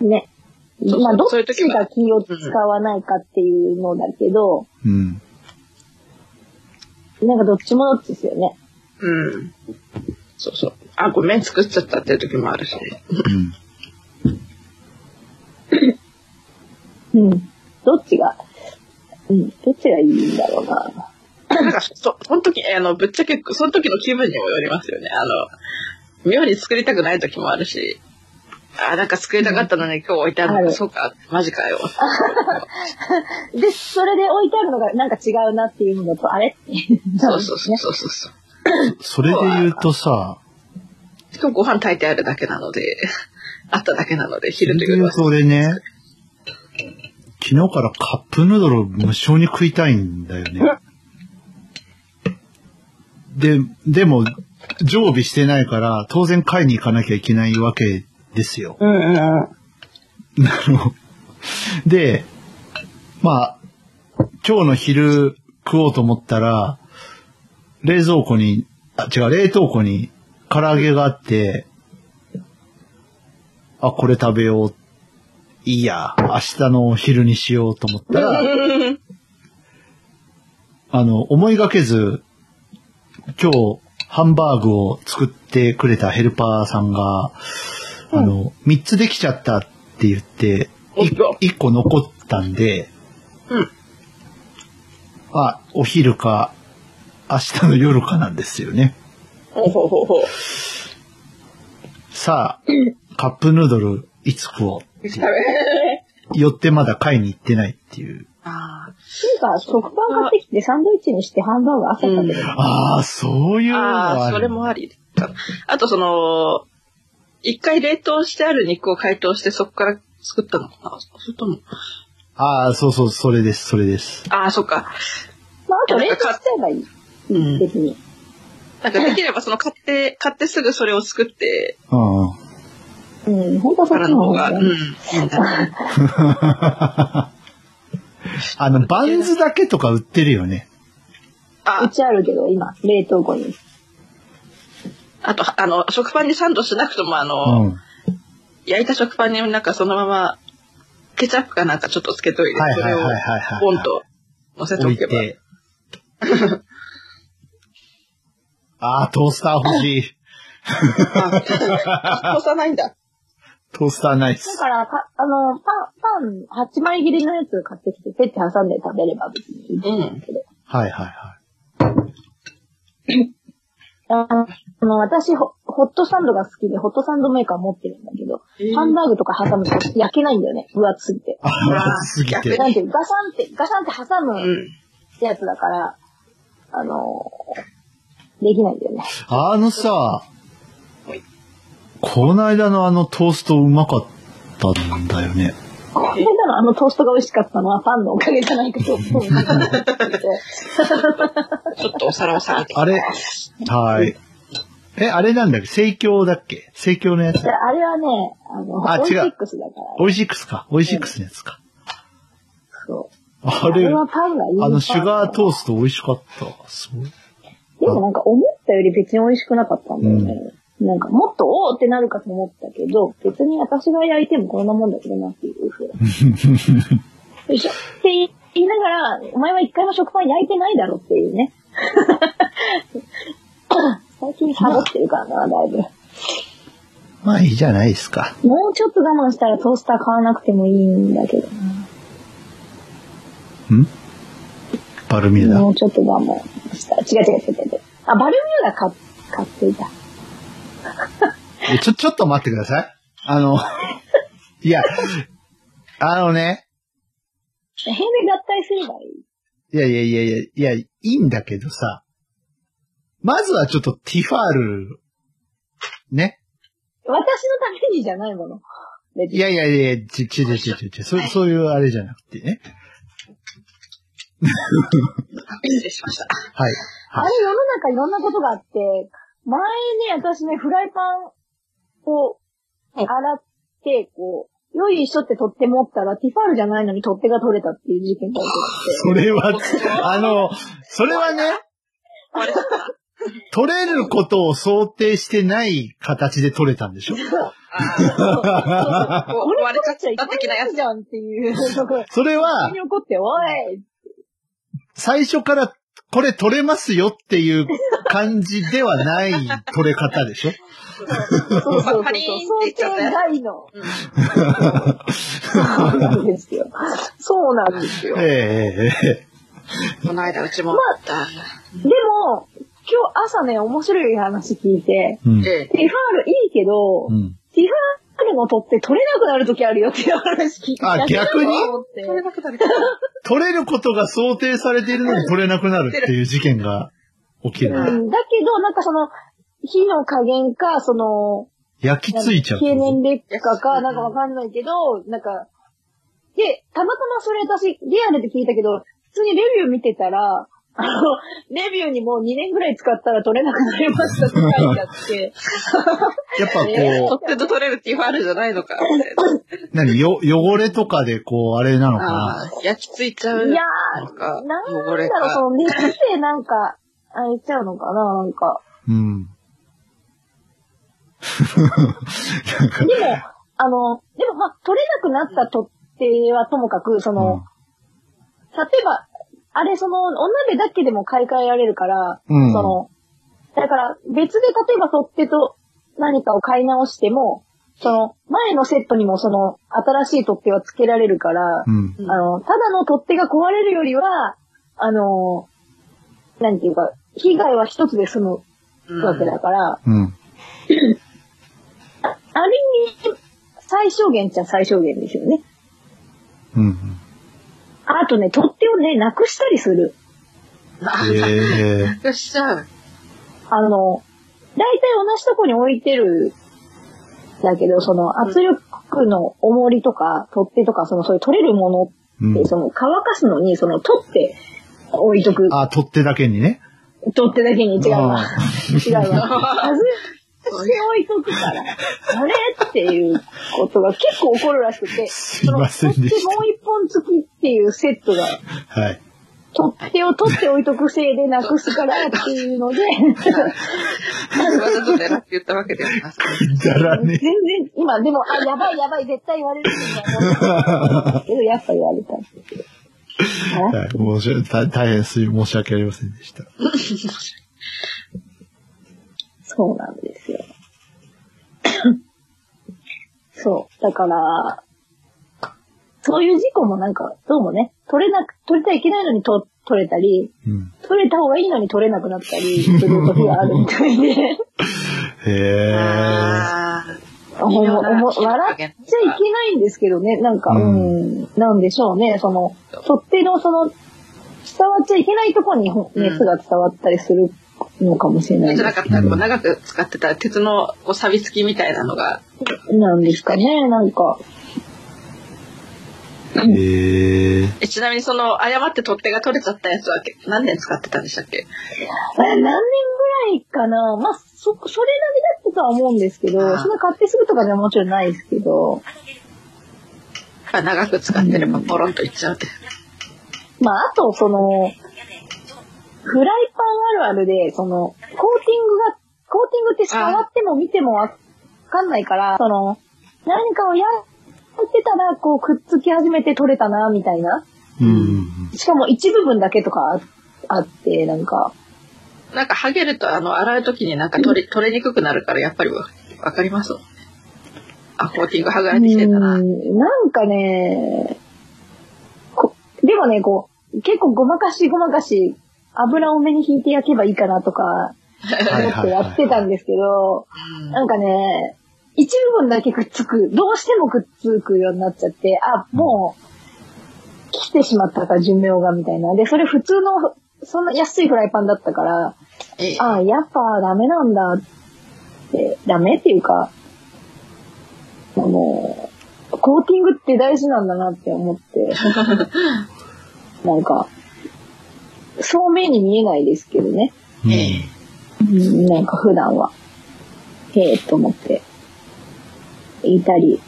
ね。
そう
まあ、どっ
そういう
ち
時は
が気を使わないかっていうのだけど、
うん。
なんかどっちもどっちですよね。
うん。そうそう。あ、ごめん、作っちゃったっていう時もあるしね。
うん。
うん。どっちが、うん、どっちがいいんだろうな。
なんか、そ、その時、あの、ぶっちゃけ、その時の気分にもよりますよね。あの、妙に作りたくない時もあるし、あ、なんか作りたかったのに今日置いてあるの
あ
か、
る
そうか、マジ かよ。
で、それで置いてあるのがなんか違うなっていうのと、あれ
そうそうそうそうそうそう。
それで言うとさ、
しかもご飯炊いてあるだけなので、 あっただけなので、昼と
で
夜
言う
は。
と俺ね、昨日からカップヌードルを無償に食いたいんだよね。で、でも、常備してないから、当然買いに行かなきゃいけないわけですよ。
うんうんうん。
あので、まあ、今日の昼食おうと思ったら、冷蔵庫に、あ、違う、冷凍庫に唐揚げがあって、あ、これ食べよう。いいや、明日のお昼にしようと思ったら、あの、思いがけず、今日、ハンバーグを作ってくれたヘルパーさんが、あの、3つできちゃったって言って、
おっと
1個残ったんで、
うん
あ、お昼か、明日の夜かなんですよね。
ほうほうほうほう。
さあ、カップヌードルいつ食おう。寄ってまだ買いに行ってないっていう。
あ
なんか食パン買ってきてサンドイッチにしてハンバーグ朝
ーう
食
ん
べる。
ああ、そういうのが
あ
あ
あ、
る。
それもありかな。あとその、一回冷凍してある肉を解凍してそこから作ったのかなそれとも、
ああ、そうそう、それです、それです。
ああ、そっか。
まあ、あと冷凍しちゃえばいい。
うん。
別に。
なんかできればその買って、 買ってすぐそれを作って
うんうん。
うん、本当はそ
か
っ
ら
ち
の
の
方
方
が、
が
う
ね。
ん。いいんだろうね
あの、バンズだけとか売ってるよね。
う
あ、
ちあるけど、今、冷凍庫に。
あと、あの、食パンにサンドしなくとも、あ
う
の、
ん。
焼いた食パンになんかそのまま、ケチャップかなんかちょっとつけといて、
はい
そ
はい
れ
はい
を
はいはいはい。
ポンと乗せてお
置い
けば。
て。ああ、トースター欲しい。
あ、通さないんだ。
トースターないっ
だ
す。
から、かあの、パン、パン、8枚切りのやつ買ってきて、ペッて挟んで食べれば別にいいん
うん。
だけど。
はいはいは
あの、私ホ、ホットサンドが好きで、ホットサンドメーカー持ってるんだけど、ハンバーグとか挟むと焼けないんだよね。分厚すぎ
い。
て。
ら
甘すぎて。
なんていう、ガシャンって、ガシャンって挟
う
む
ん。
やつだから、あの、できないんだよね。
あのさ
はい、
この間のあのトーストうまかったんだよね。
この間のあのトーストが美味しかったのはパンのおかげじゃないかと思う。
ちょっとお皿をさ、
あれはい。え、あれなんだっけ盛況だっけ盛況のやつ
で。あれはね、あの、
あ
オイシ
違う
ックスだから、
オイシックスか。オイシックスのやつか。
そう。
あ
あ
れ
れ、はパンがいい。
あのシュガートー
ス
スト美味しかったわ。そう。
でもなんか思ったより別に美味しくなかったんだよね。なんかもっとおーってなるかと思ったけど、別に私が焼いてもこんなもんだけどなっていうふうな。よいしょ。って言いながら、お前は一回も食パン焼いてないだろっていうね。 最近サボってるからな、だいぶ。
まあいいじゃないですか。
もうちょっと我慢したらトースター買わなくてもいいんだけどな。
んバルミューダ。
もうちょっと我慢したら。違う違う違う違う。あ、バルミューダ買買っていた。
えちょ、ちょっと待ってください。あの、 いや、あのね、
平面合体すればいい。
いやいやいやいや、いや、いいんだけどさ、まずはちょっとティファール、ね。
私のためにじゃないもの。別
い
に
やいやいやいや、ち、ち、ち、ち、ち、ち、そう、そういうあれじゃなくてね。
失礼しました。
はい。
あれ世の中いろんなことがあって、前に私ね、フライパンを洗って、こう、よいしょって取って持ったら、ティファールじゃないのに取っ手が取れたっていう事件が起こ
それは、 あの、それはね、
あれ
取れることを想定してない形で取れたんでしょ
ああ、こう壊れちゃ
ちゃい
った的なやつ。
じゃんっていうところ。
それは
人に、怒って、おい
最初からこれ取れますよっていう感じではない取れ方でしょ
そうそうそうそう。
パ
想
リーンって言っちゃったや
定
つ
外の。
うん
そうなんですよ。そうなんですよ。
ええ
で
ええええ
この間うちもあった。
も、今日朝ね、面白い話聞いて、
うん
で、
ティファールいいけど、
うん。
ティファールも取って取れなくなる時あるよっていう話聞いて。
あ逆に
思って
取れなくなるから。
取れることが想定されているのに取れなくなるっていう事件が起き
う
る。
んだけど、なんかその、火の加減か、その、
焼き付いちゃう。
経年劣化か、なんかわかんないけど、なんか、で、たまたまそれ私、リアルで聞いたけど、普通にレビュー見てたら、あの、レビューにもう2年ぐらい使ったら取れなくなりましたって書いてあって、
やっぱ
取
こ
ってと取れるっていうファールじゃないのか。みたいな
う、何よ、汚れとかでこう、あれなのか
あ
な。
あ、焼き付いちゃう。
いや
なんか、
ー、なん
汚れ
だろう、そ
か。
の熱でなんか、あれちゃうのかな、なんか。
うん。なんか、
でも、あの、でもまあ、取れなくなったとってはともかく、その、例えば、あれ、その、お鍋だけでも買い替えられるから、
うん
その、だから、別で例えば取っ手と何かを買い直しても、その、前のセットにもその、新しい取っ手は付けられるから
う、ん。
うん
あの、ただの取っ手が壊れるよりは、あの、なんていうか、被害は一つで済むわけだから、
うん。
ある意味、最小限っちゃ最小限ですよね。
うん。
あとね、取っ手をね、なくしたりする。
あ
ええ
あ、
ええ
なくしちゃう。
あの、大体同じとこに置いてる、だけど、その圧力の重りとか、取っ手とか、そのそういう取れるも
う
のって、
ん。
その乾かすのに、その取って置いとく。
あ、取っ手だけにね。
取っ手だけに違うわ
あ。
違うわ。外して置いとくから、あれっていうことが結構起こるらしくて、
すいませんでした
その取っ手もう一本付きっていうセットが、
はい。
取っ手を取って置いとくせいでなくすからっていうので、
わざと狙って言ったわけではなく
だら
全
ね
然、今でも、あ、やばいやばい、絶対言われるみたいな思ってたけど、やっぱ言われたんですよ。あ
はい、申し訳大大変すい申し訳ありませんでした。
そうなんですよ。そう。だから、そういう事故もなんか、どうもね、取れなく、取れちゃいけないのにと取れたり、
うん。
取れた方がいいのに取れなくなったりする時があるみたいで、
へ
て。
え。
ああ。
おもおも笑っちゃいけないんですけどね、なんか、うん、なんでしょうね、その、取っ手のその、伝わっちゃいけないところにほ
うん
熱が伝わったりするのかもしれない
じゃ
で
なかったら、こう長く使ってたら鉄のこう錆びつきみたいなのが、
す。なんですかね、なんか。
へえ。
えちなみにその誤って取っ手が取れちゃったやつはけ何年使ってたんでしたっけ
あ何年ぐらいかな、まあ、そ、それなりだったとは思うんですけど、
あー
そんな買ってすぐとかじゃもちろんないですけど、
まあ長く使ってればポロンといっちゃうって。
まあ、あと、その、フライパンあるあるで、その、コーティングが、コーティングって触っても見てもわかんないから、その、何かをやってたら、こう、くっつき始めて取れたな、みたいな。
うんうん
しかも一部分だけとかああって、なんか、
なんか剥げるとあの洗う時になんか取れ取れにくくなるからやっぱりわわかりますもんねあ、コーティング剥が
う
れてきてたな。
んなんかね、こでもね、こう、結構ごまかしごまかし、油多めに引いて焼けばいいかなとか、
うん。はい
思っ
はい
てやってた
は
んですけど、なんかね、一部分だけくっつく、どうしてもくっつくようになっちゃって、あ、もう、来てしまったか、寿命が、みたいな。で、それ普通の、そんな安いフライパンだったから、
ええ
あ、やっぱダメなんだって、ダメっていうか、あの、コーティングって大事なんだなって思 って、なんか、そう目に見えないですけどね。
い。うん
え
うんなんか普段は、へえと思って、いたり、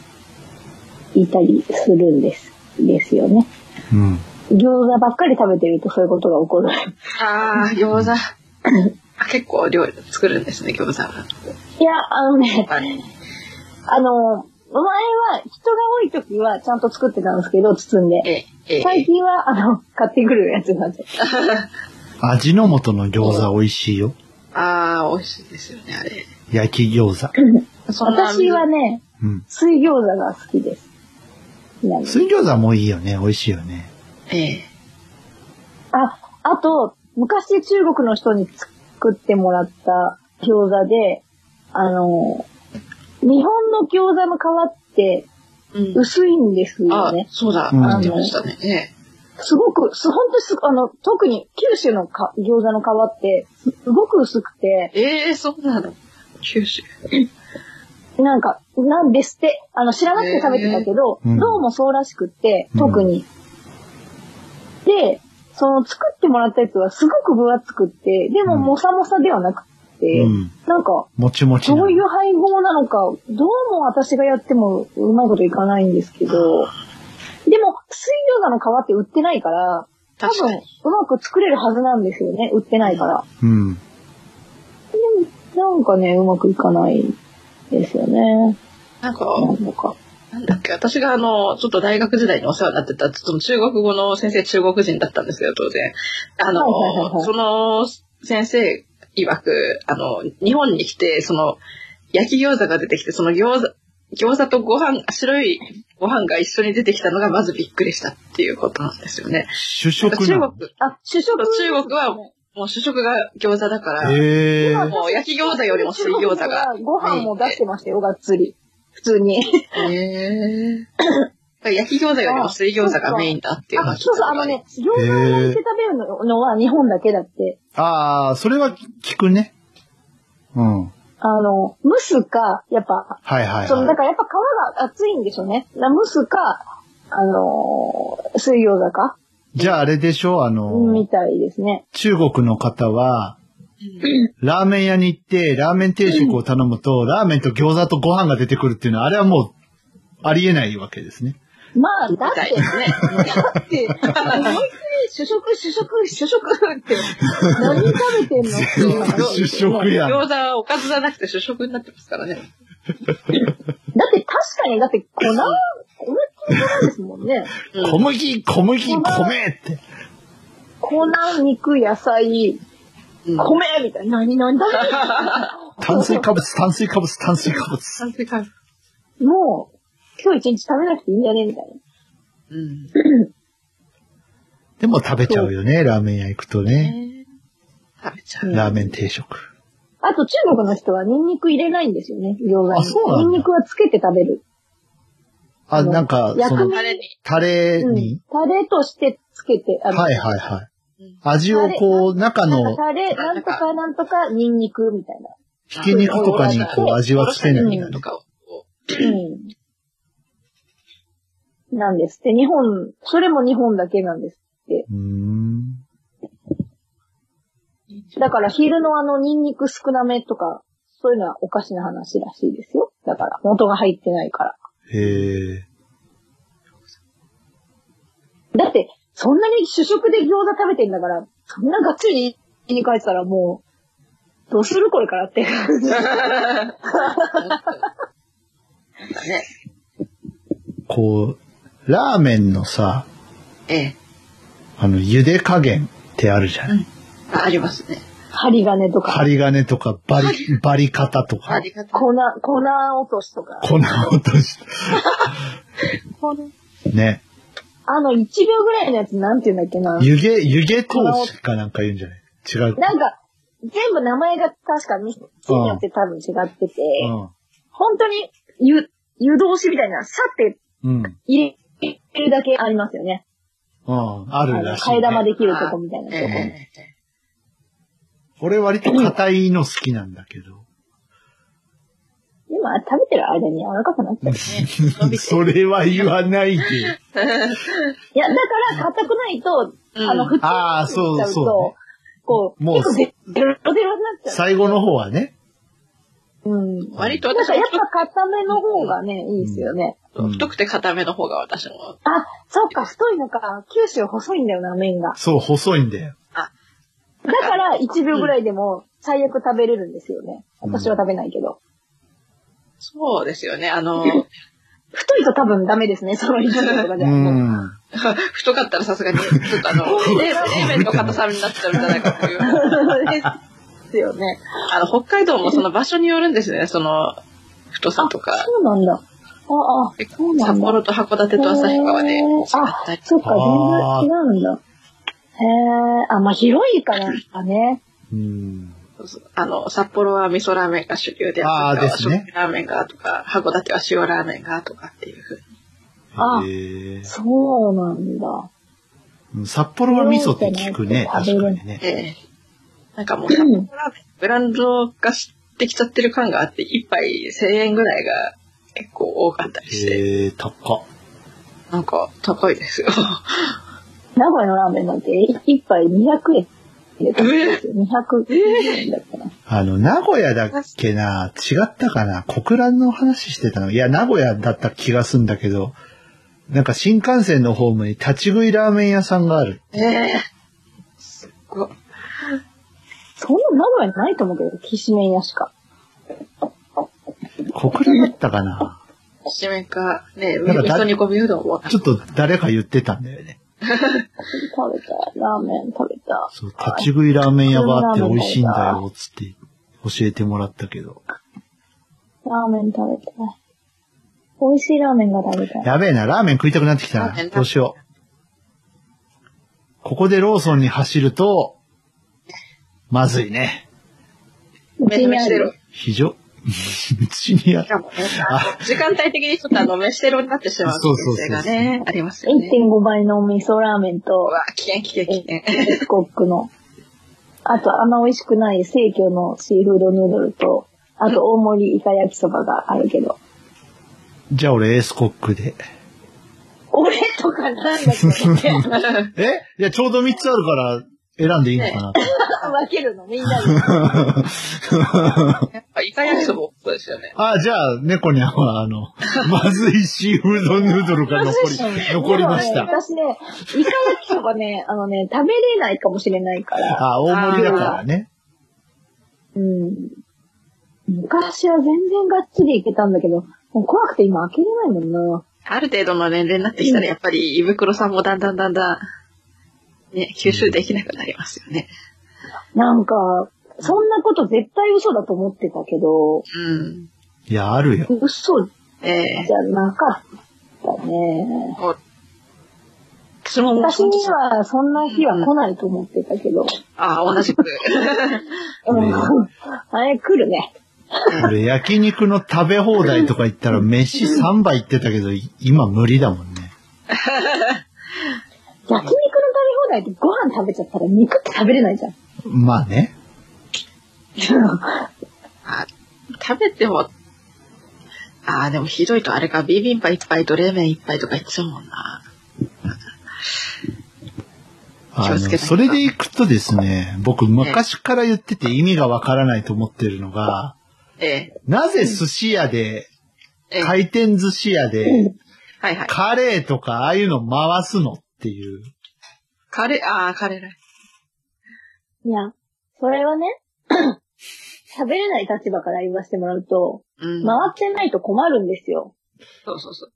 いたりするんです。ですよね。
うん。
餃子ばっかり食べてるとそういうことが起こ る。
ああ、餃 子。あ結構料理作るんですね、餃子は。
いや、あのね、
あれ
あの、前は人が多い時はちゃんと作ってたんですけど、包んで。
ええ、え
最
え。
近は、あの、買ってくるやつなんで。
味の素の餃子美味しいよ。
ああ、美味しいですよね、あれ。
焼き餃子。
そんな
私はね、
うん。
水餃子が好きです。なんで
水餃子もいいよね。美味しいよね。
ええ。
あ、あと、昔中国の人に作ってもらった餃子で、あの、日本の餃子の皮って
うん
薄いんですよ
あ
ね、。
そうだ、
うん
ありましたね。え
すごく、す、本当にす、あの、特に九州のか餃子の皮って、すごく薄くて、
え、ええそうなの。九州。
なんか、なんですって、あの、知らなくて食べてたけど、
へーうん
どうもそうらしくって、
うん
特に。で、その作ってもらったやつはすごく分厚くって、でも
うん
もさもさではなくて、
うん。
なんか、
もちもちな
ど
の
ういう配合なのか、どうも私がやってもうまいこといかないんですけど、でも、水餃子の皮って売ってないから、多
確か
分
に。、
うまく作れるはずなんですよね、売ってないから。
うん。
なんかね、うまくいかないですよね。
なんか、
なんか。
なんだっけ、私があの、ちょっと大学時代にお世話になってた、ちょっと中国語の先生、中国人だったんですけど、当然。あの、
はいはいはいはい
その先生曰く、あの、日本に来て、その、焼き餃子が出てきて、その餃子、餃子とご飯、白いご飯が一緒に出てきたのがまずびっくりしたっていうことなんですよね。
主
中
食なの
国、
あ、主食
中国はもう主食が餃子だから、
へえー。
もう焼き餃子よりも水餃子が。。
ご飯も出してましたよ、がっつり。普通に。
へえ。焼き餃子よりも水餃子がメインだっていうの
あ、
は聞い
そう
た
そう、
こ
あ
とる
のね、餃子を焼いて食べるののは日本だけだって。
ああ、それは聞くね。うん。はい
あの、蒸すか、やっぱ、
はいはい。
その、だからやっぱ皮が厚いんでしょうね。な蒸すか、あのー、水餃子か、
じゃああれでしょあの、
みたいですね。
中国の方は、ラーメン屋に行って、ラーメン定食を頼むと、ラーメンと餃子とご飯が出てくるっていうのは、あれはもう、ありえないわけですね。
まあ、だって、
みたいですね。
だって、思いっきり主食、主食、主食って、何食べてんのっ ていう
主
話
食やん。
餃子はおかずじゃなくて主食になってますからね。
だって確かに、だって粉、粉って粉ですもんね。
うん
小麦、小麦、米って。
粉、肉、野菜、
うん
米みたいな。何、何食べてん
炭水化物、炭水化物、炭水化物。
炭水化物。
のもう、今日一日食べなくていいんじゃねみたいな。
うん。
でも食べちゃうよね、ラーメン屋行くとね。
食べちゃう。
ラーメン定食。
あと中国の人はニンニク入れないんですよね、餃子に。
あそうなんだ
ニンニクはつけて食べる。
あ、なんか、そ
薬
の
味、
タレ
タレ
に。
うん。
に、
タレとしてつけて、あの
はいはいはい
うん。
味をこう、中
なん
の
かタレ、なんとかなんとかニンニクみたいな。
ひき肉とかにこう味はつけないんだね
と。かをこ
うん。なんですって、日本、それも日本だけなんですって。
うーん。
だから昼のあのニンニク少なめとか、そういうのはおかしな話らしいですよ。だから、元が入ってないから。
へえ。
だって、そんなに主食で餃子食べてんだから、そんながっつり家に帰ってたらもう、どうするこれからって 感じ。
うだね。
こう、ラーメンのさ、
ええ。
あの、茹で加減ってあるじゃない、
あありますね。
針金とか、
針金とか、バリ、バリ方と
あ
か、
りがとう。
粉、粉落としとか。
粉落としね。
あの1秒ぐらいのやつなんて言うんだっけな。
湯気、湯気投資かなんか言うんじゃない違う。
なんか、全部名前が確か店によって多分違ってて、本当に湯、湯通しみたいな、さって
うん。うん。
入れるだけありますよね。
うん。あ
あ
る
の、
らしい、
替え玉
ね。
できるとこみたいなとこ。
ええ
俺割と硬いの好きなんだけど。
今、食べてる間に柔らかくなっちゃう。
それは言わ ないで。
いや、だから硬くないと、
うん
あの、普通に
ああ
食べちゃ
そうそう
う
ね
と、こう、
もう
結構ゼロゼロになっちゃう。
最後の方はね。
うん。
割と
だ
私
か
は
らやっぱ硬めの方がね、いいですよね。
うん
太くて固めの方が私も。
あ、そっか、太いのか。九州細いんだよな、麺が。
そう、細いんだよ。
だから、1秒ぐらいでも最悪食べれるんですよね。私は食べないけど。
そうですよね。あの、
太いと多分ダメですね、ソロリジョとかじ
う。
ゃ。 もうん
太かったらさすがに、ちょっとあの、冷麺の硬さになっちゃうんじゃないかっていう。
ですよね。
あの、北海道もその場所によるんですね、その、太さとか。
そうなんだ。ああ、
結
そう
構
なんだ
札幌と函館と旭川で違
へー
ったり。
そっか、
あー
全然違うんだ。へえ、あ、まあ広いからかね。
うん。
そうそうあの、札幌は味噌ラーメンが主流で、
あー
旭川は
ですね
醤油ラーメンがとか、函館は塩ラーメンがとかっていうふうに。
あ
へえ
そうなんだ。
うん札幌は味噌って聞くね。
食べ
確
る
かにね。
ええなんかもう札幌ラーメン、ブランド化してきちゃってる感があって、一杯1000円ぐらいが結構多かったりして、
へえ高っ。
なんか高いですよ。
名古屋のラーメンなんてい一杯200円で食べるんですよ。200円だったな。
あの、名古屋だっけな違ったかな小倉の話してたの。いや、名古屋だった気がすんだけど、なんか新幹線のホームに立ち食いラーメン屋さんがある。
ええすっごい。
そんな名古屋にないと思うけど、きしめん屋しか。
小倉だったかな
七面か、ね、
なんか
味噌煮込みうどんも。
ちょっと誰か言ってたんだよね。
食べたい。ラーメン食べた
そう、立ち食いラーメン屋があって美味しいんだよ、つって教えてもらったけど。
い。ラーメン食べたい。美味しいラーメンが食べたい。
やべえな、ラーメン食いたくなってきた
ラーメン
な。
な
どうしよう。ここでローソンに走ると、まずいね。
め
うちに
飯
あ
テロ
る。。
非常、うちにや
しかもね、あの時間帯的にちょっとあの、飯テロになってしまう
そうそうそう
可能性がね、ありますよね。
1.5倍の味噌ラーメン
う
と、
わ、危険、危険、危険。
四国の。あと、あんま美味しくない生魚のシーフードヌードルと、あと大盛りイカ焼きそばがあるけど。
じゃあ俺エースコックで。
俺とかなんだけど、
えいや、ちょうど3つあるから選んでいいのかなと。
分けるのみんなで。
やっぱイカ焼きそばもそうですよね。
あ、じゃあ、猫にゃんは、あ の、まずいシーフードヌードルが残り、残りまし
でもね
た。
私ね、イカ焼きそばね、あのね、食べれないかもしれないから。
あ、大盛りだからね。
うん。昔は全然がっちりいけたんだけど、もう怖くて今開けれないもんな。
ある程度の年齢になってきたら、やっぱり胃袋さんもだんだんだんだん、ね、吸収できなくなりますよね。
なんか、そんなこと絶対嘘だと思ってたけど、
うん。
いや、あるよ。
嘘じ
ええ
ゃなかったね。
私ももう
私
本当
に
そう
はそんな日は来ないと思ってたけど、
ああ、同じく。
うん、あれ来るね。
俺、焼肉の食べ放題とか行ったら、飯3杯行ってたけど、い今無理だもんね。
焼肉の食べ放題ってご飯食べちゃったら肉って食べれないじゃん。
まあね。
食べても、ああ、でもひどいとあれか、ビビンバ一杯と冷麺一杯とか言っちゃうもんな。
あ
気を
の、
つけないと
それで行くとですね、僕昔から言ってて意味がわからないと思ってるのが、
ええ、
なぜ寿司屋で、
ええ、は
回
い
転寿司屋で、
はい。
カレーとかああいうの回すのっていう。
カレー、ああ、カレーライス。
いや、それはね、 食べれない立場から言わせてもらうと、
うん。
回ってないと困るんですよ。
そうそうそう。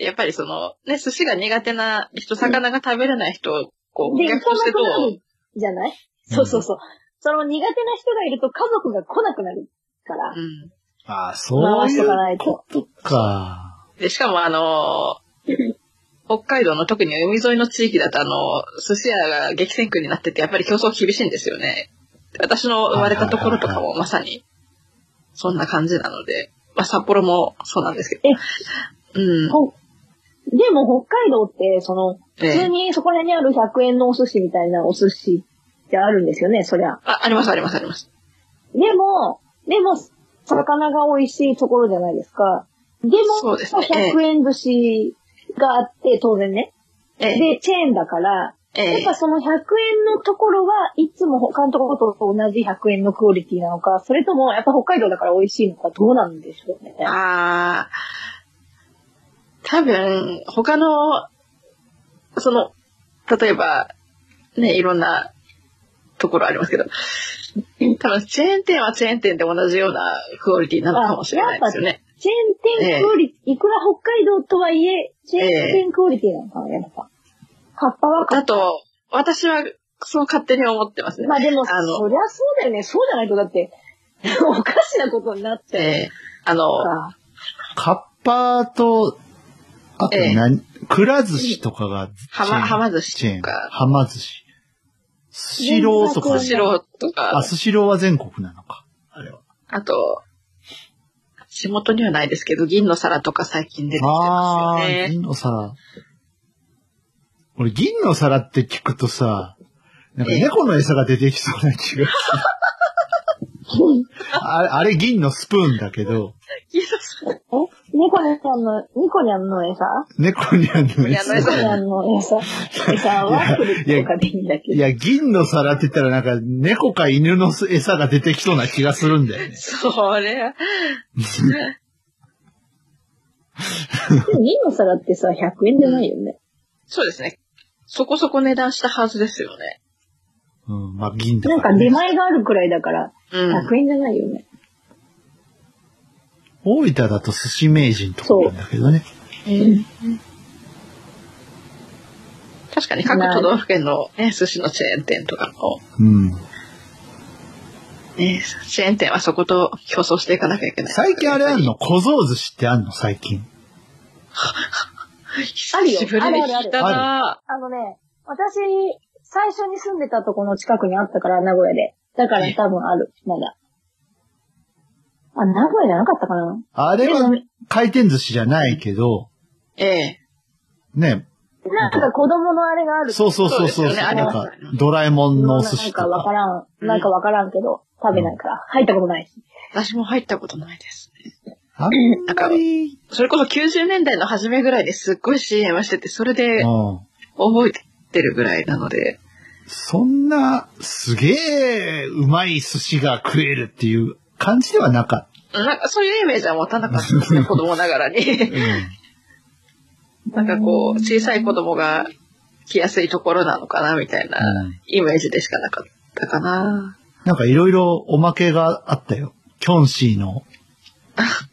やっぱりその、ね、寿司が苦手な人、魚が食べれない人を、こう、
で、
逆
行か
として
な
ど
くな
う
るじゃないそうそうそう。その苦手な人がいると家族が来なくなるから、
うん。
ああ、そう
回し
い
と
う
かないと。
か。
で、しかもあのー北海道の特に海沿いの地域だとあの、寿司屋が激戦区になってて、やっぱり競争厳しいんですよね。私の生まれたところとか
はいはい
もまさに、そんな感じなので、まあ札幌もそうなんですけど
え。
うん。
ほでも北海道って、その、普通
ええ
にそこら辺にある100円のお寿司みたいなお寿司ってあるんですよね、そりゃ。
あ、ありますありますあります。
でも、でも、魚が美味しいところじゃないですか。で
そ
も、
うですね
100円寿司があって、当然ね。
ええ、
で、チェーンだから、
え
やっ
え
ぱ、その100円のところはいつも他のところと同じ100円のクオリティなのか、それともやっぱ北海道だから美味しいのかどうなんでしょうね。
ああ、多分、他の、その、例えば、ね、いろんなところありますけど、多分、チェーン店はチェーン店で同じようなクオリティなのかもしれないですよね。
チェーン店クオリティ、いくら北海道とはいえ、チェーン店クオリティなのかな、やっぱ。カッパはカッ
だと、私は、そう勝手に思ってますね。
まあでも、
あの
そりゃそうだよね。そうじゃないと、だって、 おかしなことになって
ええあの、
るから。
カッパーと、あと
ええ
何、くら寿司とかが、
はま、はま寿
チェー
司
ン
とか、
はま寿司。スシローとか
全。
スシローと
あ、
か、
スシローは全国なのか。あれは。
あと、地元にはないですけど、銀の皿とか最近出てきてますよ
あー
ね。
銀の皿。俺、銀の皿って聞くとさ、なんか
ええ
猫の餌が出てきそうな気がする。あれ、あれ銀のスプーンだけど、
銀の皿。
ニコニャンの、ニコニャンの餌
猫にゃんの
猫にゃん
ニ
の
コ
餌。
ニャンの餌餌はプリとかでいいんだ け
い
ど。
や、銀の皿って言ったらなんか、猫か犬の餌が出てきそうな気がするんだよね。
それは、
でも銀の皿ってさ、100円じゃないよね。
そうですね。そこそこ値段したはずですよね。
うん、まあ銀だ
なん
か、
から出
ね。
前があるくらいだから、
うん。
100円じゃないよね。
大分だと寿司名人とかなんだけどね。
確かに各都道府県の、ね、寿司のチェーン店とかも、
うん。
ね、チェーン店はそこと競争していかなきゃいけない。
最近あれあんの小僧寿司ってあんの最近。
ある
久
よ
しぶりに聞いたな
あのね、私、最初に住んでたとこの近くにあったから、名古屋で。だから多分ある、まだ。あ、名古屋じゃなかったかな
あれは回転寿司じゃないけど、
ええ。
ね、
なんか子供のあれがある。
そうそうそう
そ
そ
う
う、
ですよねあり
なん
ます
か、ドラえもんのお寿
なん
司と
かわか
か。
らん、なんかわからんけど、食べないから。入ったことないし。
私も入ったことないですね。
あんまり、
それこそ90年代の初めぐらいですっごい CM してて、それで
うん。
覚えてるぐらいなので、
そんな、すげえ、うまい寿司が食えるっていう感じではなかっ
なんかそういうイメージは持たなかっ たですね、子供ながら
た。
に。
う。
なんかこう、小さい子供が来やすいところなのかな、みたいなん
うん
イメージでしかなかったかな。
なんかいろいろおまけがあったよ。キョンシーの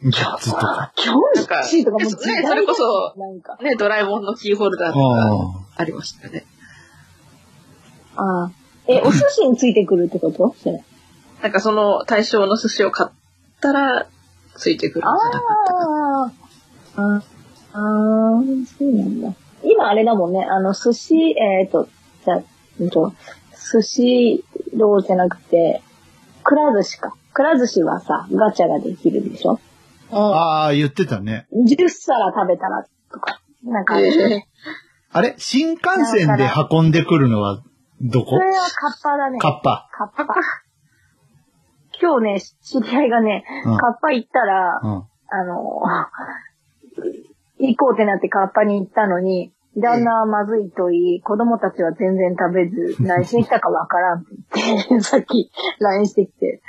グッズとか。
今日のシーとかもう時代だ
ねそれこそ
なんか。
ね、ドラえもんのキーホルダーとか
あ
ありましたね。
ああ。え、お寿司についてくるってことそれ
なんかその対象の寿司を買ったら、ついてくるんじ
あ
ゃなかったかな。
あ。ああー、そうなんだ。今あれだもんね、あの、寿司、えっ、と、じゃあ、うんと、寿司ローじゃなくて、くら寿司か。くら寿司はさ、ガチャができるでしょ
あ。ああ、言ってたね。
?10 皿食べたらとか、なんかあるでしょ、
え
あれ新幹線で運んでくるのはど
そ
こ
れはカッパだね。
カッパ。
カッパ。今日ね、知り合いがね、
うん
カッパ行ったら、
うん。
あの、 行こうってなってカッパに行ったのに、旦那はまずいと言い、子供たちは全然食べず、何しに来たかわからんって言って、 さっき LINE してきて、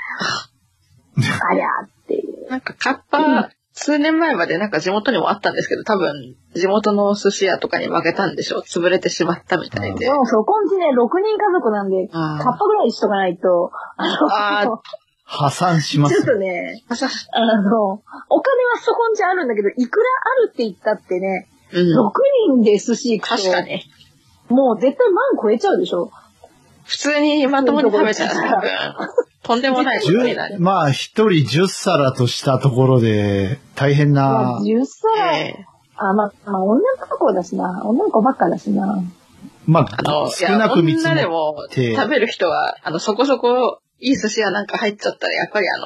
ありゃーっていう。
えなんかカッパ、数年前までなんか地元にもあったんですけど、多分地元の寿司屋とかに負けたんでしょう。潰れてしまったみたいで
で。もそこんちね、6人家族なんで、カ
あ
ッ
ー
パぐらいしとかないと、あ
あー
の、
破産しま
ちょっ
す
と
よ。
ね、
あさ
あの、お金はそこんちあるんだけど、いくらあるって言ったってね、
うん。
6人で寿司行くと、
確かに。
もう絶対万超えちゃうでしょ
普通にまともに食べちゃう。多分とんでもないことにな
10
る。
まあ、一人10皿としたところで、大変
ま
な
あ、、10歳、
ええ
あ、まあ、まあ、女の子だしな。女の子ばっかだしな。
ま
あの、
あ、
い
少
や、
なく見積
女で
も
も
て
食べる人は、あの、そこそこいい寿司屋なんか入っちゃったら、やっぱりあ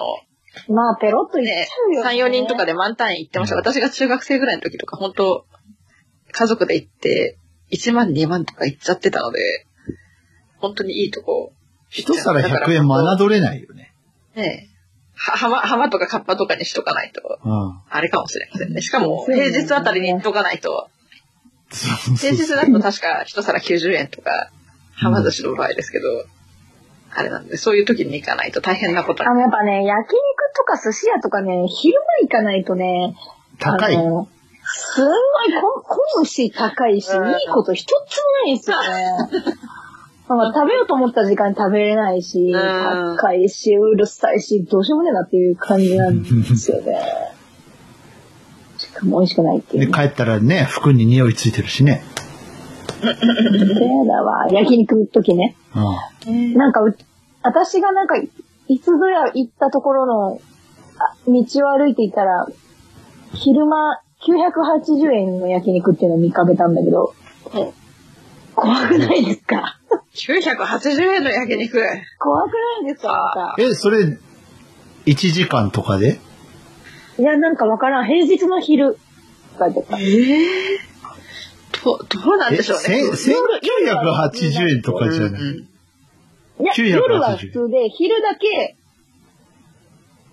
の、
まあ、ペロッといっ
ね
ちゃうよ、ね。
3、4人とかで満タン行ってました。私が中学生ぐらいの時とか、本当家族で行って、1万、2万とか行っちゃってたので、本当にいいとこ、
一皿100円も侮れないよね。
ねは、浜、浜とかカッパとかにしとかないと、
うん。
あれかもしれませんね。しかも、
そう
平
ですね
日あたりに行っとかないと、
そうそ
平
う
日
そう
だと確か一皿90円とか、はま寿司の場合ですけど、あれなんで、そういう時に行かないと大変なことに
あの、やっぱね、焼肉とか寿司屋とかね、昼間行かないとね、
高い
あ。のす んごい混混むし、高いし、いいこと一つもないんですよね。まあ、食べようと思った時間に食べれないし、
うん
高いし、うるさいし、どうしようもねえなっていう感じなんです よね。しかも美味しくないってい
で、
う、ね。
帰ったらね、服に匂いついてるしね。
嫌だわ。焼肉の時ね。
うん。
なんかう、私がなんか、いつぐらい行ったところの、あ道を歩いていたら、昼間、980円の焼肉っていうのを見かけたんだけど、怖くないですか
980円の焼肉。
怖くないですかま
え、それ、1時間とかで
たいや、なんかわからん。平日の昼、書いてた。
ええど、どうなん
え、
でしょうね。
1980円とかじゃない、
うん
いや、
980
夜は普通で、昼だけ、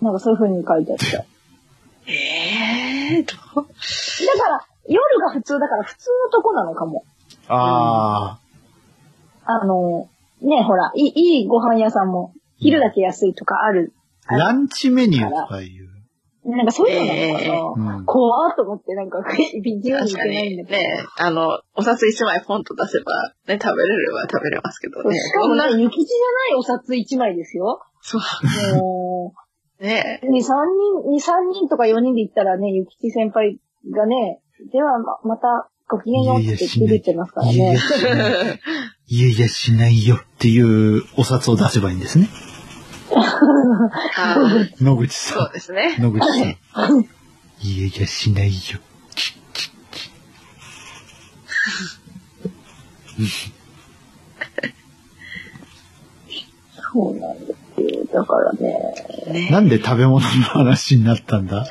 なんかそういう風に書いてあった。だか
ええどう
ら、夜が普通だから普通のとこなのかも。
ああ、
あの、ね、ほら、いい、いいご飯屋さんも、昼だけ安いとかある。
ランチメニューとかいう。
なんかそういうのなのかな、
ええうん
怖ーと思って、なんか、自由に
確
行
か
けないん
に
だけど。
ね、あの、お札一枚ポンと出せば、ね、食べれるは食べれますけど
そう
ね。
しかもなん
こ
か、
んな
雪地じゃないお札一枚ですよ。
そう、
も
ね
う、2、3人、二三人とか4人で行ったらね、雪地先輩がね、ではま、また、ご機嫌ようって言って出てますから
いやい
ね
や。し ない。いやいやしないよっていうお札を出せばいいんですね。
あ ー
野口
そ
さ
うですね
ん。。野口さん。いやいやしないよ。
そうなんですよ。だからね、
なんで食べ物の話になったんだ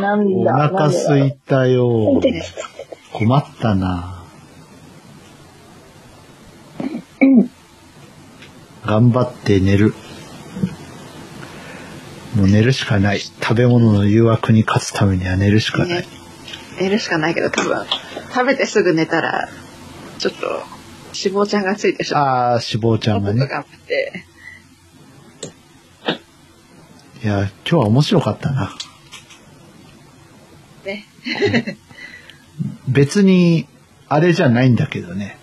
なん
お
だ、な
腹
んだ
す
ろう
いたよ
いてき。
困ったな。頑張って寝る。もう寝るしかない。食べ物の誘惑に勝つためには寝るしかない。
寝るしかないけど、多分、食べてすぐ寝たら、ちょっと、脂肪ちゃんがついてしまう。
ああ、脂肪ちゃんが
もっと
ね。
頑張って。
いや、今日は面白かったな。
ね。
別に、あれじゃないんだけどね。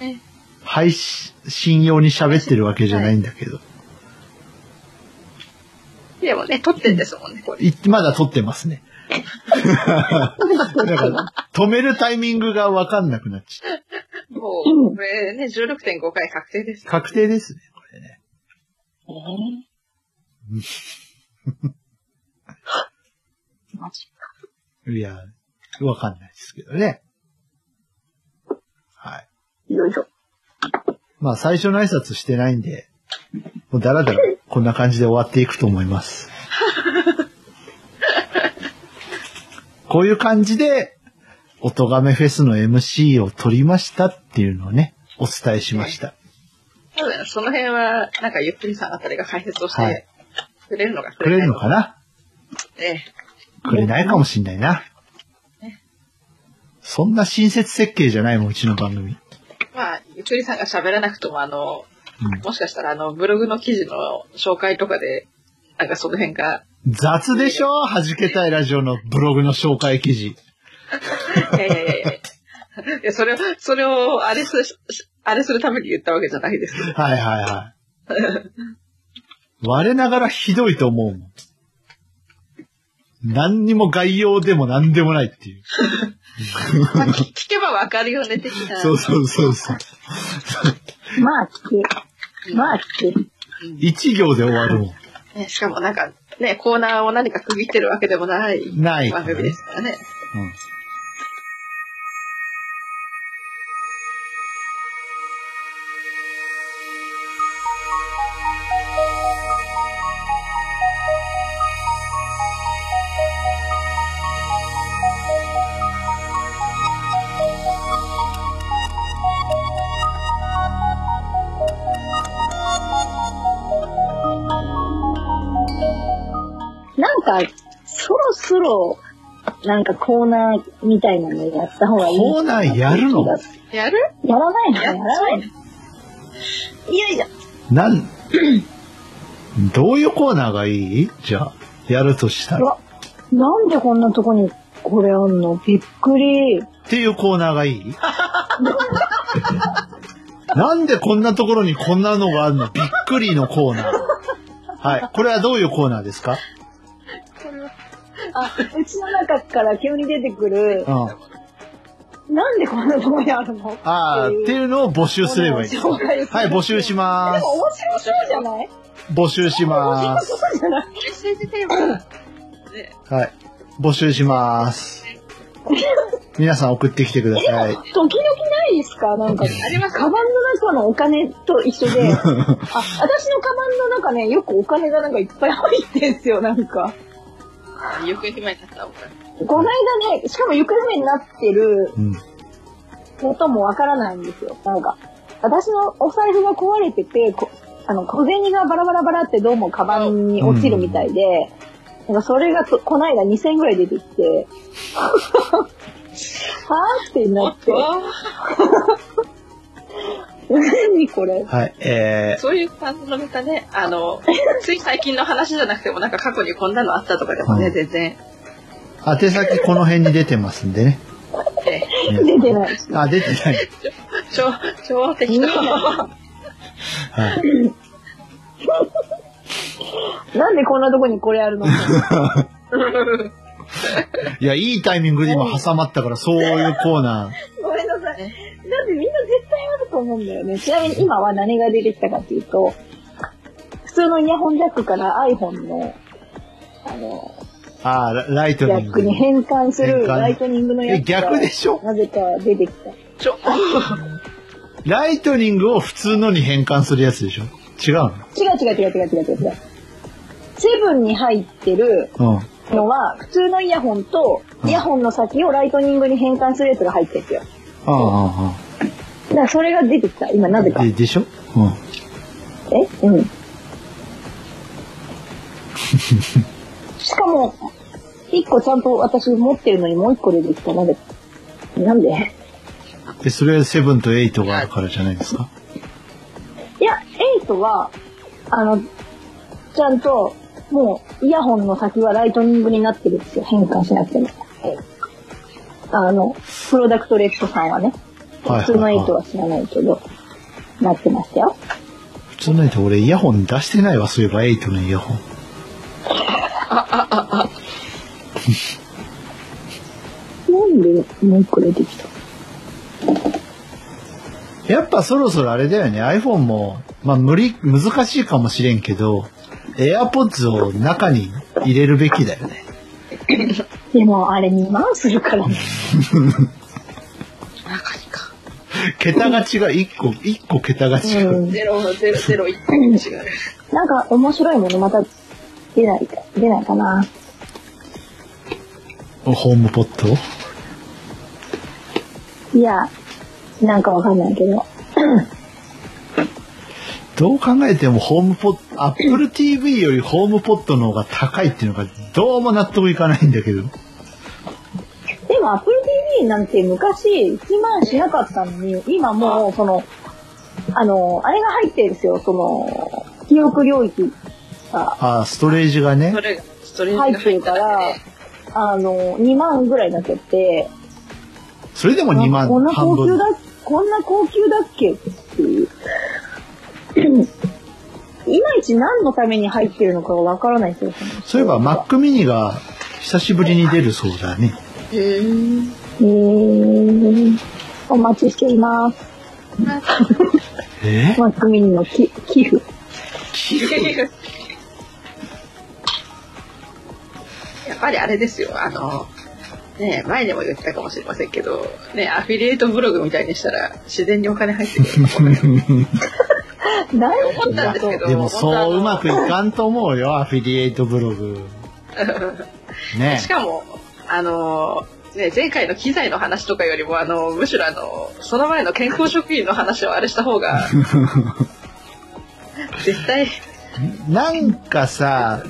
え
配信用に喋ってるわけじゃないんだけど。
でもね、撮ってんですもんね、これ。
いまだ撮ってます ね。だから、止めるタイミングがわかんなくなっちゃう。
もう、これね、16.5回確定です。
確定ですね、これね。
マジ
いや、わかんないですけどね。はい。
よいしょ。
まあ、最初の挨拶してないんで、もうだらだらこんな感じで終わっていくと思い ます。こういう感じで、おとがめフェスの MC を取りましたっていうのをね、お伝えしました。
多分、その辺は、なんか、ゆっくりさんあたりが解説をし
はい
て、くれるのが
くれるのかな
ね。
くれないかもしんないな。そんな親切設計じゃないもん、うちの番組。
まあ、ゆっくりさんが喋らなくとも、あの、
う
もしかしたら、あの、ブログの記事の紹介とかで、なんかその辺が、
ん、雑でしょ弾けたいラジオのブログの紹介記事。
いやいやいやいやいや、それを、それを、あれする、あれするために言ったわけじゃな いですけど。
はいはいはい。我ながらひどいと思うもん。何にも概要でも何でもないっていう。
まあ聞聞けばわかるよね、的な。
そうそうそうそう。
まあ聞け。まあ聞け。
一行で終わるもん。
ねしかもなんか、ね、コーナーを何か区切ってるわけでもない
ない
番組ですからね。
うん
なんか、そろそろ、なんかコーナーみたいなのやった方がいい。
コーナーやるの
やる
やらないのやらないのよいしょ。
なん、どういうコーナーがいいじゃあ、やるとしたら。
わなんでこんなとこにこれあんのびっくり。
っていうコーナーがいいなんでこんなところにこんなのがあるのびっくりのコーナー。はい。これはどういうコーナーですか
あ、うちの中から急に出てくる
う、ん。
なんでこんなとこにあるの
ああ、っていうのを募集すればいいですか。
紹介する
はい、募集しま
ですも。面白そうじゃない
募集しま
面
す。
白そうじゃない
メッセージテーマ。
はい。募集します。皆さん送ってきてください。
時々ないですかなんか、ありますカバンの中のお金と一緒で、 あ、私のカバンの中ね、よくお金がなんかいっぱい入ってんすよ、なんか。
行方不明になったお金。
この間ね、しかも行方不明になってる
うん。
こともわからないんですよ、なんか。私のお財布が壊れてて、こあの、小銭がバラバラバラってどうもカバンに落ちるみたいで、なんかそれがとこの間2000円ぐらい出てきて、 はぁってなって、 何これ。
はい。え
そういう感じのネタね、あの、 つい最近の話じゃなくても、なんか過去にこんなのあったとかでも
う
ね、
ん
全然。
ー、宛先この辺に出てますんで ね。
え
出てない。
あ、出てない。
超、超適当。
はい。
なんでこんなとこにこれある の
いや、いいタイミングで今挟まったから、そういうコーナ
ごめんなさい。だってみんな絶対あると思うんだよね。ちなみに今は何が出てきたかっていうと、普通のイヤホンジャックから iPhone の、あの、
ー。ああ、ラライ
ジ
ト
ャ
ニン
ック
グ
に。変換す
変
る
換
ライトニングのや
え、
つが
逆でしょ
なぜか出てきた。
超、
ライトニングを普通のに変換するやつでしょ違う
違う違う違う違う違う違う違う。セブンに入ってる
のうん。
のは、普通のイヤホンと、イヤホンの先をライトニングに変換するやつが入ってるんですよ。
ああ、あ
だからそれが出てきた。今なぜ
あ
か
あ。。で、でしょうん。
え うん。しかも、一個ちゃんと私持ってるのにもう一個出てきた。なんでなんで
で、それセブンとエイトがあるからじゃないですか。
いや、エイトは、あの、ちゃんと、もう、イヤホンの先はライトニングになってるんですよ。変換しなくても。あの、プロダクトレッドさんはね。
はいはいはい
普通のエイトは知らないけど、なってましたよ。
普通のエイト、俺イヤホン出してないわ、そういえばエイトのイヤホン。
なんでもう一個出てきた
やっぱそろそろあれだよね、iPhone も、まあ無理、難しいかもしれんけど、AirPods を中に入れるべきだよね。
でも、あれ2万する からね。
中にか。
桁が違う、一個、一個桁が違う。
うん
ゼロ、ゼロ、ゼロ、一個違う。
なんか面白いものまた出ないか、出ないかな。
ホームポット
いや、なんかわかんないけど。
どう考えてもホームポット、Apple TV よりホームポットの方が高いっていうのがどうも納得いかないんだけど。
でも Apple TV なんて昔1万しなかったのに、今もうその、あの、あれが入ってるんですよ、その、記憶領域が
ああ、ストレージがね
そ。れが、それが
入ってるから、あの、2万ぐらいになっちゃって、
それでも2
あ
万
こんな
半
高級
分
だ。、こんな高級だっけっていう。 いまいち何のために入ってるのかがわからないですよ。
そういえば Mac mini が久しぶりに出るそうだね。
へー
えー、お待ちしています。
え
マックミニのき寄付。
やっぱりあれですよ、あの、ね前にも言ったかもしれませんけど、ねアフィリエイトブログみたいにしたら自然にお金入っ てくると思うよ
何
思ったんですけど、
でもそううまくい
本
かんと思うよ、アフィリエイトブログ。
当あの
ね
しかも、あの、ね、前回の機材の話とかよりも、あの、むしろあの、その前の健康職員の話をあれした方 が、絶対、
なんかさ、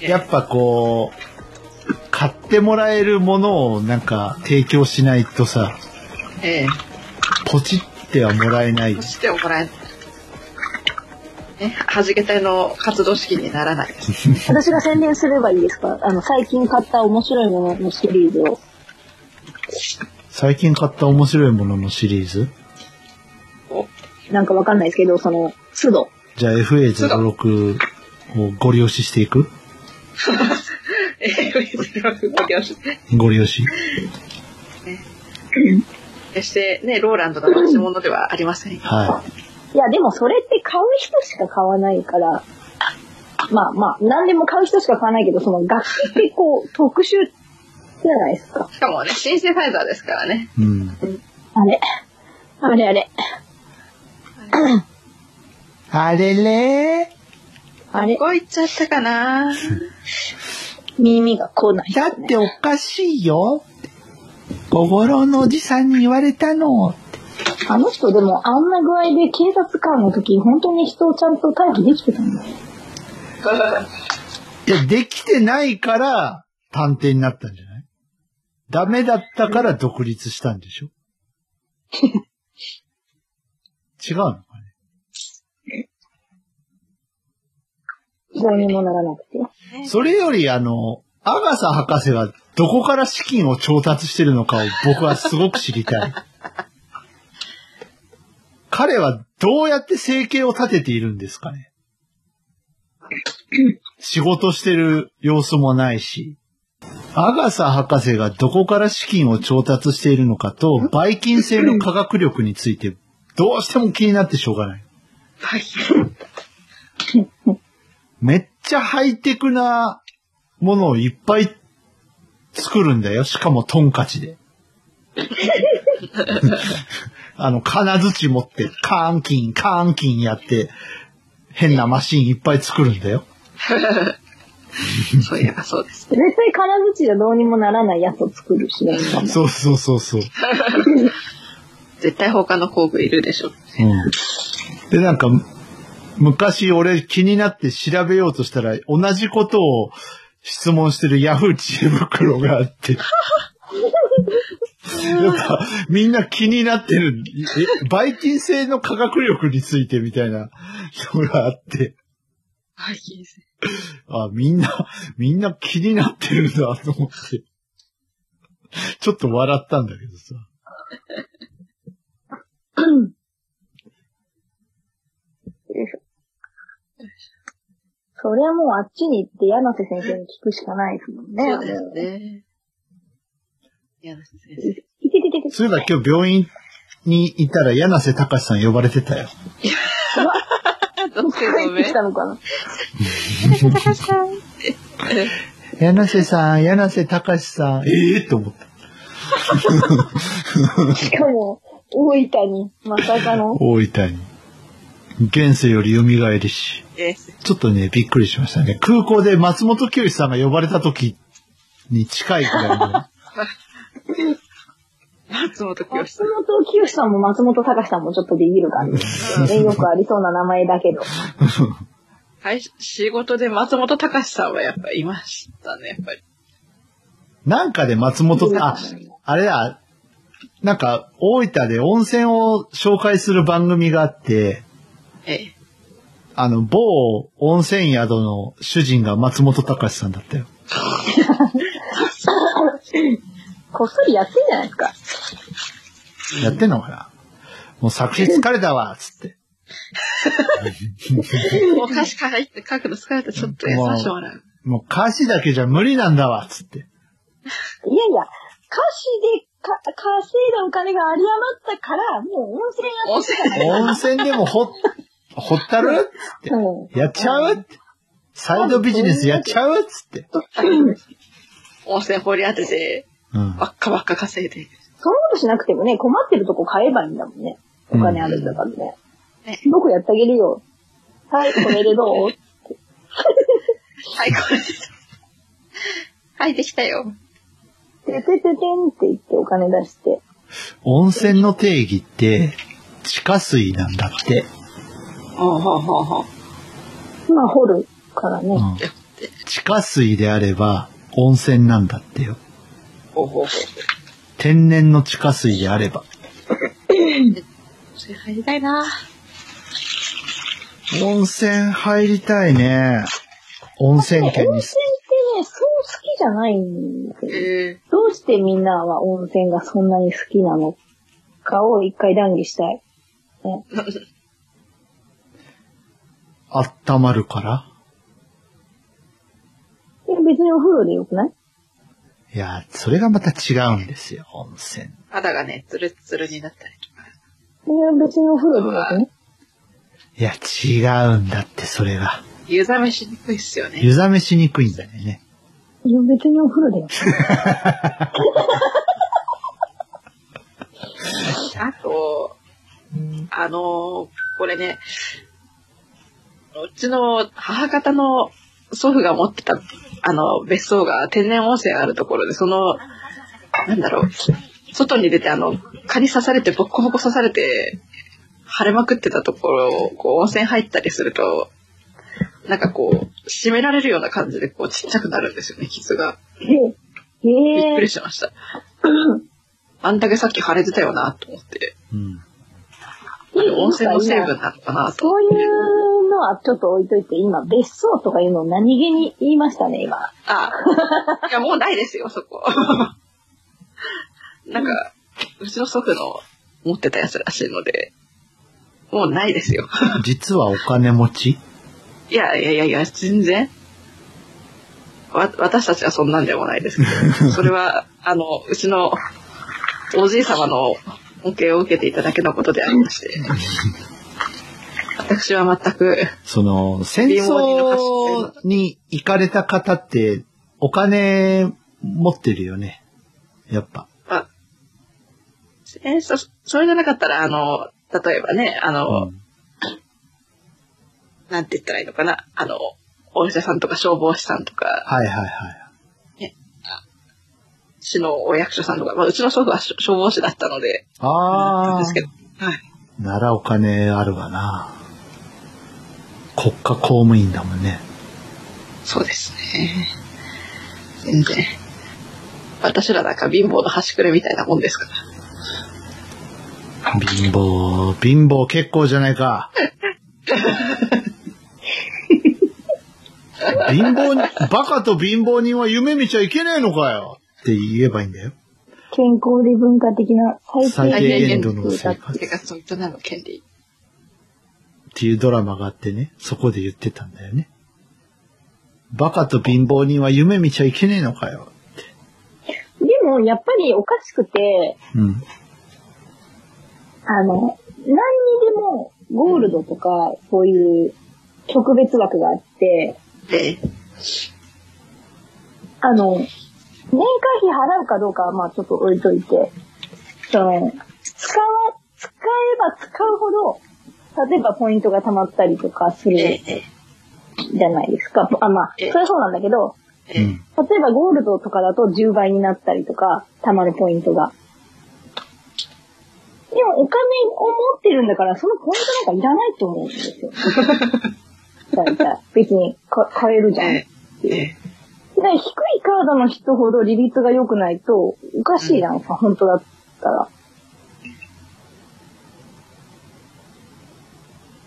やっぱこう、買ってもらえるものをなんか提供しないとさ、
ええ、
ポチってはもらえない
そ。してもらえない。ね、はじけたいの活動資金にならないです。
私が宣伝すればいいですかあの、最近買った面白いもののシリーズを。
最近買った面白いもののシリーズ
お
なんかわかんないですけど、その、都度。
じゃあ FA06 をご利用ししていく
えー、
ご利用し。
決してね、ローランドの私物ではありません。
はい
や、でもそれって買う人しか買わないから、まあまあ、何でも買う人しか買わないけど、その楽器ってこう、特殊じゃないですか。
しかもね、シンセサイザーですからね。
い。うん。
あれ。あれあれ。
あれれ
あれ
こ。こ行っちゃったかな
耳が来ない、
ーだっておかしいよって小五郎のおじさんに言われたの。
あの人でもあんな具合で警察官の時、本当に人をちゃんと待機できてたんだよ。
いや、できてないから探偵になったんじゃないダメだったから独立したんでしょ違うのかね
どうにもならなくて。
それより、あの、アガサ博士がどこから資金を調達してるのかを僕はすごく知りたい。彼はどうやって生計を立てているんですかね仕事してる様子もないし、アガサ博士がどこから資金を調達しているのかと、バイキン性の科学力についてどうしても気になってしょうがない。
はい。
めっちゃハイテクなものをいっぱい作るんだよ。しかもトンカチで。 あの、金槌持って、カーンキン、カーンキンやって、変なマシンいっぱい作るんだよ。
そういえばそうです。
絶対金槌じゃどうにもならないやつを作るしね。しかも
そうそうそうそう。
絶対他の工具いるでしょ。
うん。で、なんか、昔俺気になって調べようとしたら、同じことを質問してるヤフー知恵袋があって。やっぱ、みんな気になってる、え、バイキン性の科学力についてみたいなのがあって、
はい、いいですね。
あ、みんな、みんな気になってるんだと思って。ちょっと笑ったんだけどさ。
それはもうあっちに行って柳瀬先生に聞くしかないですもんね。
そうですね。柳瀬 先生。
いてててて。
そういえば今日病院にいたら柳瀬隆さん呼ばれてたよ。
どっちの
帰って
目
きたのかな
柳瀬さん、柳瀬隆さん、ええと思った。
しかも、大分に、まさかの。
大分に。現世より蘇りし。
です。
ちょっとね、びっくりしましたね。空港で松本清さんが呼ばれた時に近いぐらいの。
松本清
松
さん。
本清さんも松本隆さんもちょっとビビる感じですね。よくありそうな名前だけど。
はい、仕事で松本隆さんはやっぱいましたね、やっぱり。
なんかで松本、あ、あれだ、なんか大分で温泉を紹介する番組があって、
ええ。
あの、某温泉宿の主人が松本隆さんだったよ。
こっそりやってんじゃないですか。
やってんのかなもう作詞疲れたわ、つって。
もう歌詞書いて書くの疲れてちょっと優しもらう。
もう歌詞だけじゃ無理なんだわ、つって。
いやいや、歌詞でか稼いだお金が有り余ったから、もう温泉や
温泉
温泉でも ほ、ほったる
っても
やっちゃうって。サイドビジネスやっちゃうっつって。
温泉掘り当てて、
うん。
ばっかばっか稼いで。
そんなことしなくてもね、困ってるとこ買えばいいんだもんね。お金あるんだからね。僕やってあげるよ。はい、これでどう
はい、これ。はい、できたよ。
ててててんって言ってお金出して。
温泉の定義って、地下水なんだって。
ほうほうほうほう。
まあ、掘るからね。
うん。地下水であれば、温泉なんだってよ。
ほうほうほう。
天然の地下水であれば。
それ入りたいな
温泉入りたいね。温泉
温
県に
泉っ。てね、そう好きじゃないんだけど、
え
どうしてみんなは温泉がそんなに好きなのかを一回談義したい。
ー、
温まるから
いや別にお風呂でよくない
いや、それがまた違うんですよ、温泉。
肌がね、ツルツルになったりとか。
いや別にお風呂でよくない
いや、違うんだって、それが。
湯冷めしにくいっすよね。
湯冷めしにくいんだよね。
いや別にお風呂でよくない
あと、あの、これね、うちの母方の祖父が持ってた、あの、別荘が天然温泉があるところで、その、なんだろう、外に出て、あの、蚊に刺されて、ボッコボコ刺されて、腫れまくってたところを、こう、温泉入ったりすると、なんかこう、締められるような感じで、こう、ちっちゃくなるんですよね、傷が。
え
びっ
え
くりしました。あんだけさっき腫れてたよな、と思って。
うん。
これ温泉の成分なのかな、と
そういうのはちょっと置いといて、今、別荘とかいうのを何気に言いましたね、今。
あ、いや、もうないですよ、そこ。なんか、うちの祖父の持ってたやつらしいので、もうないですよ。
実はお金持ち
いやいやいやいや、全然。わ、私たちはそんなんでもないですけ ど、それは、あの、うちのおじい様の恩恵を受けていただけのことでありま して、私は全く、
その、戦争に行かれた方って、お金持ってるよね。やっぱ。
まあ、えそ、それじゃなかったら、あの、例えばね、あの、
うん
なんて言ったらいいのかな、あの、お医者さんとか消防士さんとか、
はいはいはい。
市のお役所さんとか、まあ、うちの祖父は消消防士だったので、
あ
ですけ
ー。
ど、はい。
ならお金あるわな。国家公務員だもんね。
そうですね。全然。私らなんか貧乏の端くれみたいなもんですから。
貧乏、貧乏結構じゃないか。貧乏に、バカと貧乏人は夢見ちゃいけないのかよって言えばいいんだよ。
健康で文化的な最
最
低
低
限
限
の
度の
生
生
活。
活
生
っ
活を営む権利。
ていうドラマがあってね、そこで言ってたんだよね。バカと貧乏人は夢見ちゃいけねえのかよ。
でも、やっぱりおかしくて、
うん。
あの、何にでもゴールドとか、そういう特別枠があって、
で、
あの、年会費払うかどうかはまあちょっと置いといて、その、使わ、使えば使うほど、例えばポイントが貯まったりとかする
ええ、
じゃないですか。あ、まあ、そ
え
れはそうなんだけど、
え
う
え、
ん。
例えばゴールドとかだと10倍になったりとか、貯まるポイントが。でもお金を持ってるんだから、そのポイントなんかいらないと思うんです よ。大体。別にか買えるじゃん。
ええ、ええ。
だから低いカードの人ほど利率が良くないと、おかしいじゃんか、本当だったら。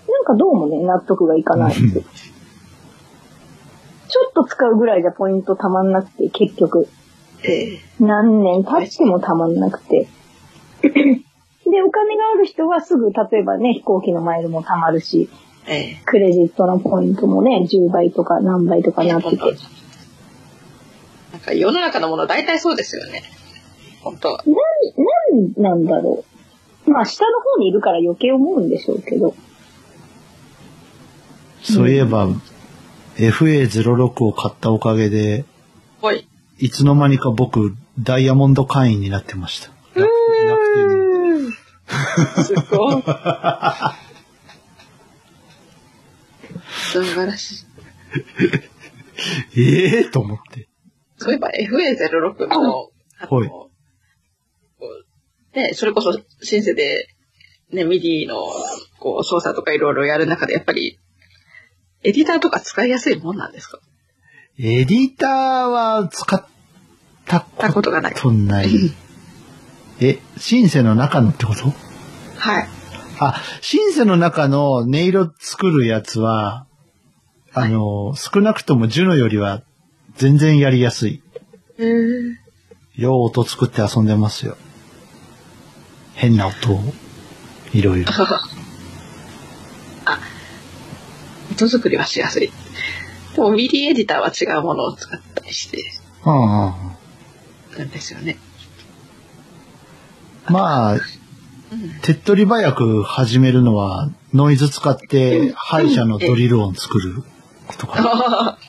なんかどうもね、納得がいか ないです。ちょっと使うぐらいじゃポイントたまんなくて、結局。
ええ
何年経ってもたまんなくて。で、お金がある人はすぐ、例えばね、飛行機のマイルもたまるし、
ええ、
クレジットのポイントもね、10倍とか何倍とかなってて。
なんか世の中のもの大体そうですよね。本当は。
なん、なんなんだろう。まあ、下の方にいるから余計思うんでしょうけど。
そういえば、FA06 を買ったおかげで、
おい。
いつの間にか僕、ダイヤモンド会員になってました。楽楽天に
すごい。素晴らしい。
ええと思って。
そういえば FA06 の、あの、
はい
こうね、それこそシンセで、ね、ミディのこう操作とかいろいろやる中で、やっぱり、エディターとか使いやすいもんなんですか
エディターは使った
た
こ
こととがない。
ない。え、シンセの中のってこと
はい。
あ、シンセの中の音色作るやつは、あの、少なくともジュノよりは全然やりやすい。
へー
よう音作って遊んでますよ。変な音を。いろいろ。
あ、ト作りはしやすい。でも、ミディエディターは違うものを使ったりして
うんうん。
なんですよね。
まあ、
うん。
手っ取り早く始めるのは、ノイズ使って、歯医者のドリル音作るとか、
あ
っ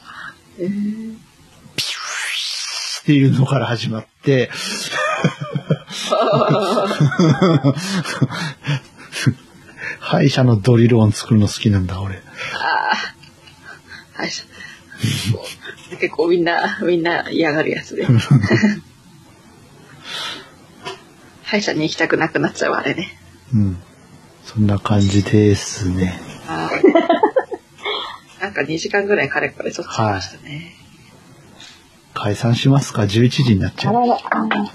ていうのから始まって、歯医者のドリル音作るの好きなんだ、俺。
あー。はい。結構みんな、みんな嫌がるやつで。歯医者に行きたくなくなっちゃうあれね。
うん。そんな感じですね。
あーなんか2時間ぐらいかれこれそっちましたね。
解散しますか ?11 時になっちゃ
あ
う。
らら、あの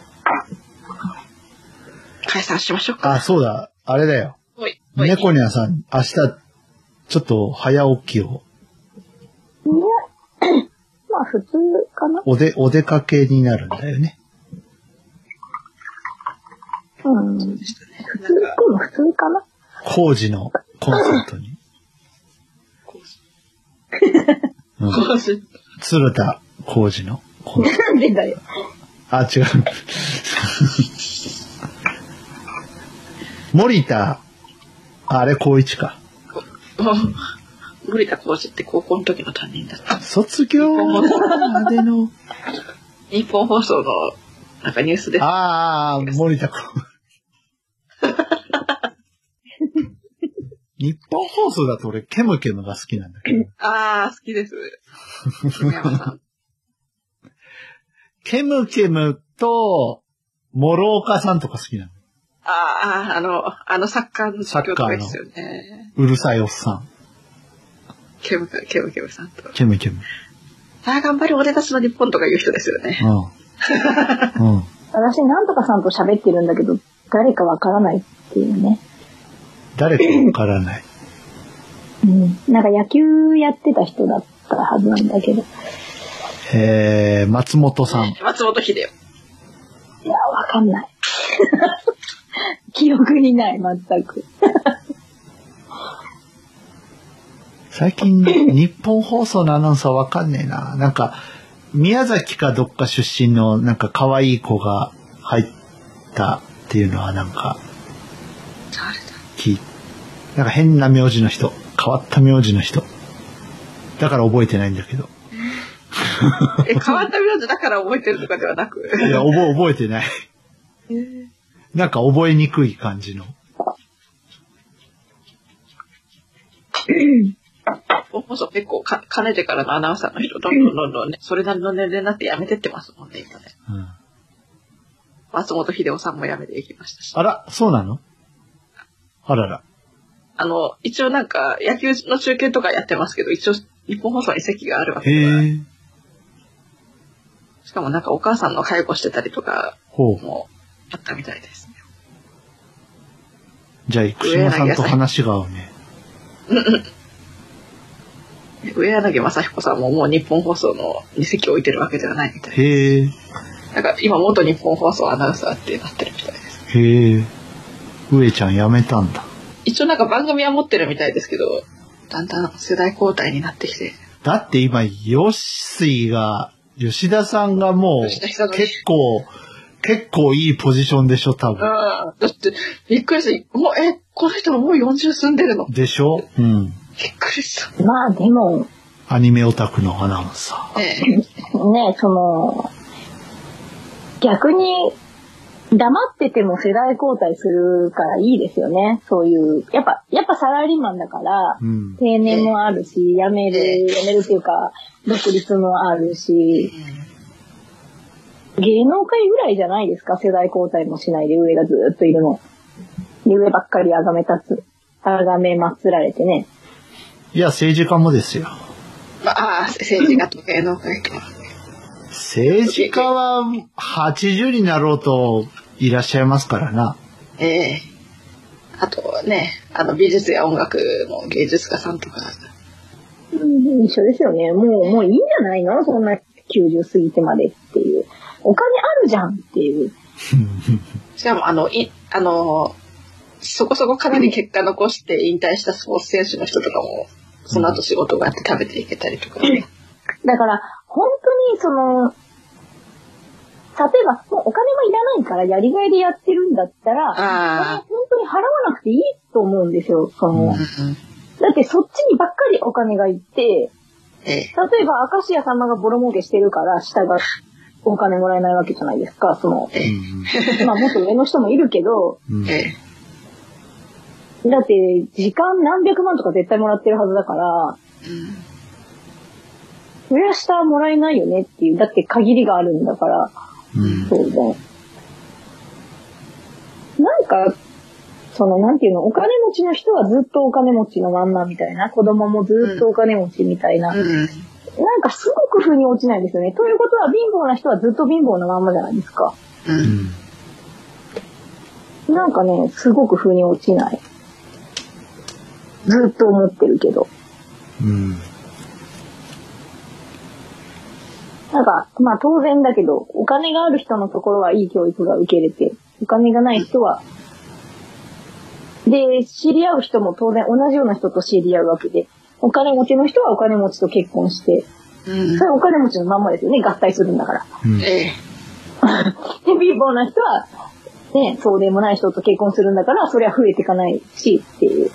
解散しましょう
あ、
か。
そうだ。あれだよ。
おい、おい
猫ニャンさん、明日、ちょっと早起きを。
いや、 まあ普通かな。
おで、お出かけになるんだよね。
うん。普通、でも普通かな。
工事のコンサートに。うん。鶴田工事のコンサート。
なんでだよ。
あ、違う。 森田、あれ、高一か。
森田浩二って高校の時の担任だった。
卒業までの。
日本放送のなんかニュースで、
ああ、森田君。日本放送だと俺、ケムケムが好きなんだけど。
あー、好きです。杉山さん
ケムケムと、諸岡さんとか好きなの。
あー、あの、あのサッカーの
サッカーの
とかですよね。
うるさいおっさん。
ケムケム、ケムケムさんと。
ケムケム。
あー、頑張れ、俺たちの日本とか言う人ですよね。
うん。うん。
私、なんとかさんと喋ってるんだけど、誰かわからないっていうね。
誰かわからない。
うん。なんか野球やってた人だったはずなんだけど。い
えー、松本さん。
松本秀
や、わかんない。 記憶にない、全く。
最近、日本放送のアナウンサーわかんねえな。なんか、宮崎かどっか出身の、なんか可愛い子が入ったっていうのはなんか、聞いなんか変な名字の人。変わった名字の人。だから覚えてないんだけど。
夫。え、変わった名字だから覚えてるとかではなく。
いや、覚え、覚えてない。なんか覚えにくい感じの。
本放送結構か、かねてからのアナウンサーの人、どんどんどんどんね、それなりの年齢になって辞めてってますもんね、今ね。
うん、
松本秀夫さんも辞めていきましたし。
あら、そうなのあらら。
あの、一応なんか、野球の中継とかやってますけど、一応、日本放送に席があるわ
へ
けではない。
え。
しかもなんか、お母さんの介護してたりとか、
ほう。
もう、あったみたいですね。
じゃあ、生島さんと話が合うね。
上柳正彦さんももう日本放送の2席置いてるわけではないみたい。
へえ。
なんか、今、元日本放送アナウンサーってなってるみたいです。
へえ。上ちゃん辞めたんだ。
一応なんか番組は持ってるみたいですけど、だんだん世代交代になってきて、
だって今、ヨッシーが、吉田さんがもう、
吉田久典
結構、結構いいポジションでしょ、多分。
ああ、だって、びっくりした。もう、え、この人ももう40住んでるの。び
でしょうん。
っくりした。
まあ、でも、
アニメオタクのアナウンサー。
ね
ね、その、逆に、黙ってても世代交代するからいいですよね。そういう。やっぱ、やっぱサラリーマンだから、
うん。
定年もあるし、辞める、辞めるっていうか、独立もあるし、芸能界ぐらいじゃないですか、世代交代もしないで上がずーっといるの。で上ばっかりあがめたつ、あがめまつられてね。
いや、政治家もですよ。
まあ、ああ、政治家と芸能界とか。
政治家は80になろうといらっしゃいますからな。
ええあとね、あの、美術や音楽の芸術家さんとか。
うん一緒ですよね。もう、もういいんじゃないのそんな90過ぎてまでっていう。お金あるじゃんっていう。
しかも、あの、い、あの、そこそこかなり結果残して引退したスポーツ選手の人とかも、その後仕事があって食べていけたりとかね。
だから、本当にその、例えば、もうお金もいらないからやりがいでやってるんだったら、
ああ
本当に払わなくていいと思うんですよ。その、
うん
だってそっちにばっかりお金がいって、
ええ。
例えば明石家さんまがボロ儲けしてるから、下がお金もらえないわけじゃないですか。そ の、
うん
まあもっと上の人もいるけど、
うん
ええ。
だって時間何百万とか絶対もらってるはずだから、それは下はもらえないよねっていう。だって限りがあるんだから、
うん
そうね。なんか、その、なんていうの、お金持ちの人はずっとお金持ちのまんまみたいな、子供もずっとお金持ちみたいな、
うん。
なんかすごく腑に落ちないんですよね。ということは、貧乏な人はずっと貧乏なまんまじゃないですか。
う。
うんん
なんかね、すごく腑に落ちない。ずっと思ってるけど。
うん
なんか、まあ当然だけど、お金がある人のところはいい教育が受けれて、お金がない人は、で、知り合う人も当然同じような人と知り合うわけで、お金持ちの人はお金持ちと結婚して、
うん
それはお金持ちのまんまですよね、合体するんだから。
うん
ええ。
で、貧乏な人は、ね、そうでもない人と結婚するんだから、それは増えていかないし、っていう。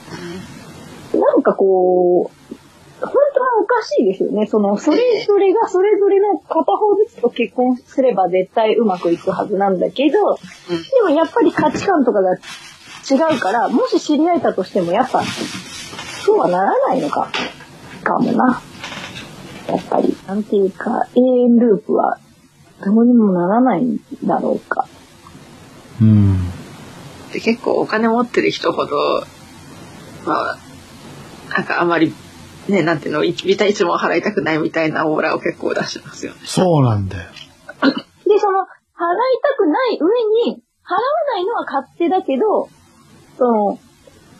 なんかこう、本当はおかしいですよね。その、それぞれがそれぞれの片方ずつと結婚すれば絶対うまくいくはずなんだけど、でもやっぱり価値観とかが違うから、もし知り合えたとしてもやっぱ、そうはならないのか、かもな。やっぱり、なんていうか、永遠ループはどうにもならないんだろうか。
うん
で結構お金持ってる人ほど、まあ、なんかあまり、ね、なんていうの、いビタ一文払いたくないみたいなオーラを結構出しますよね。
そうなんだよ。
で、その、払いたくない上に、払わないのは勝手だけど、その、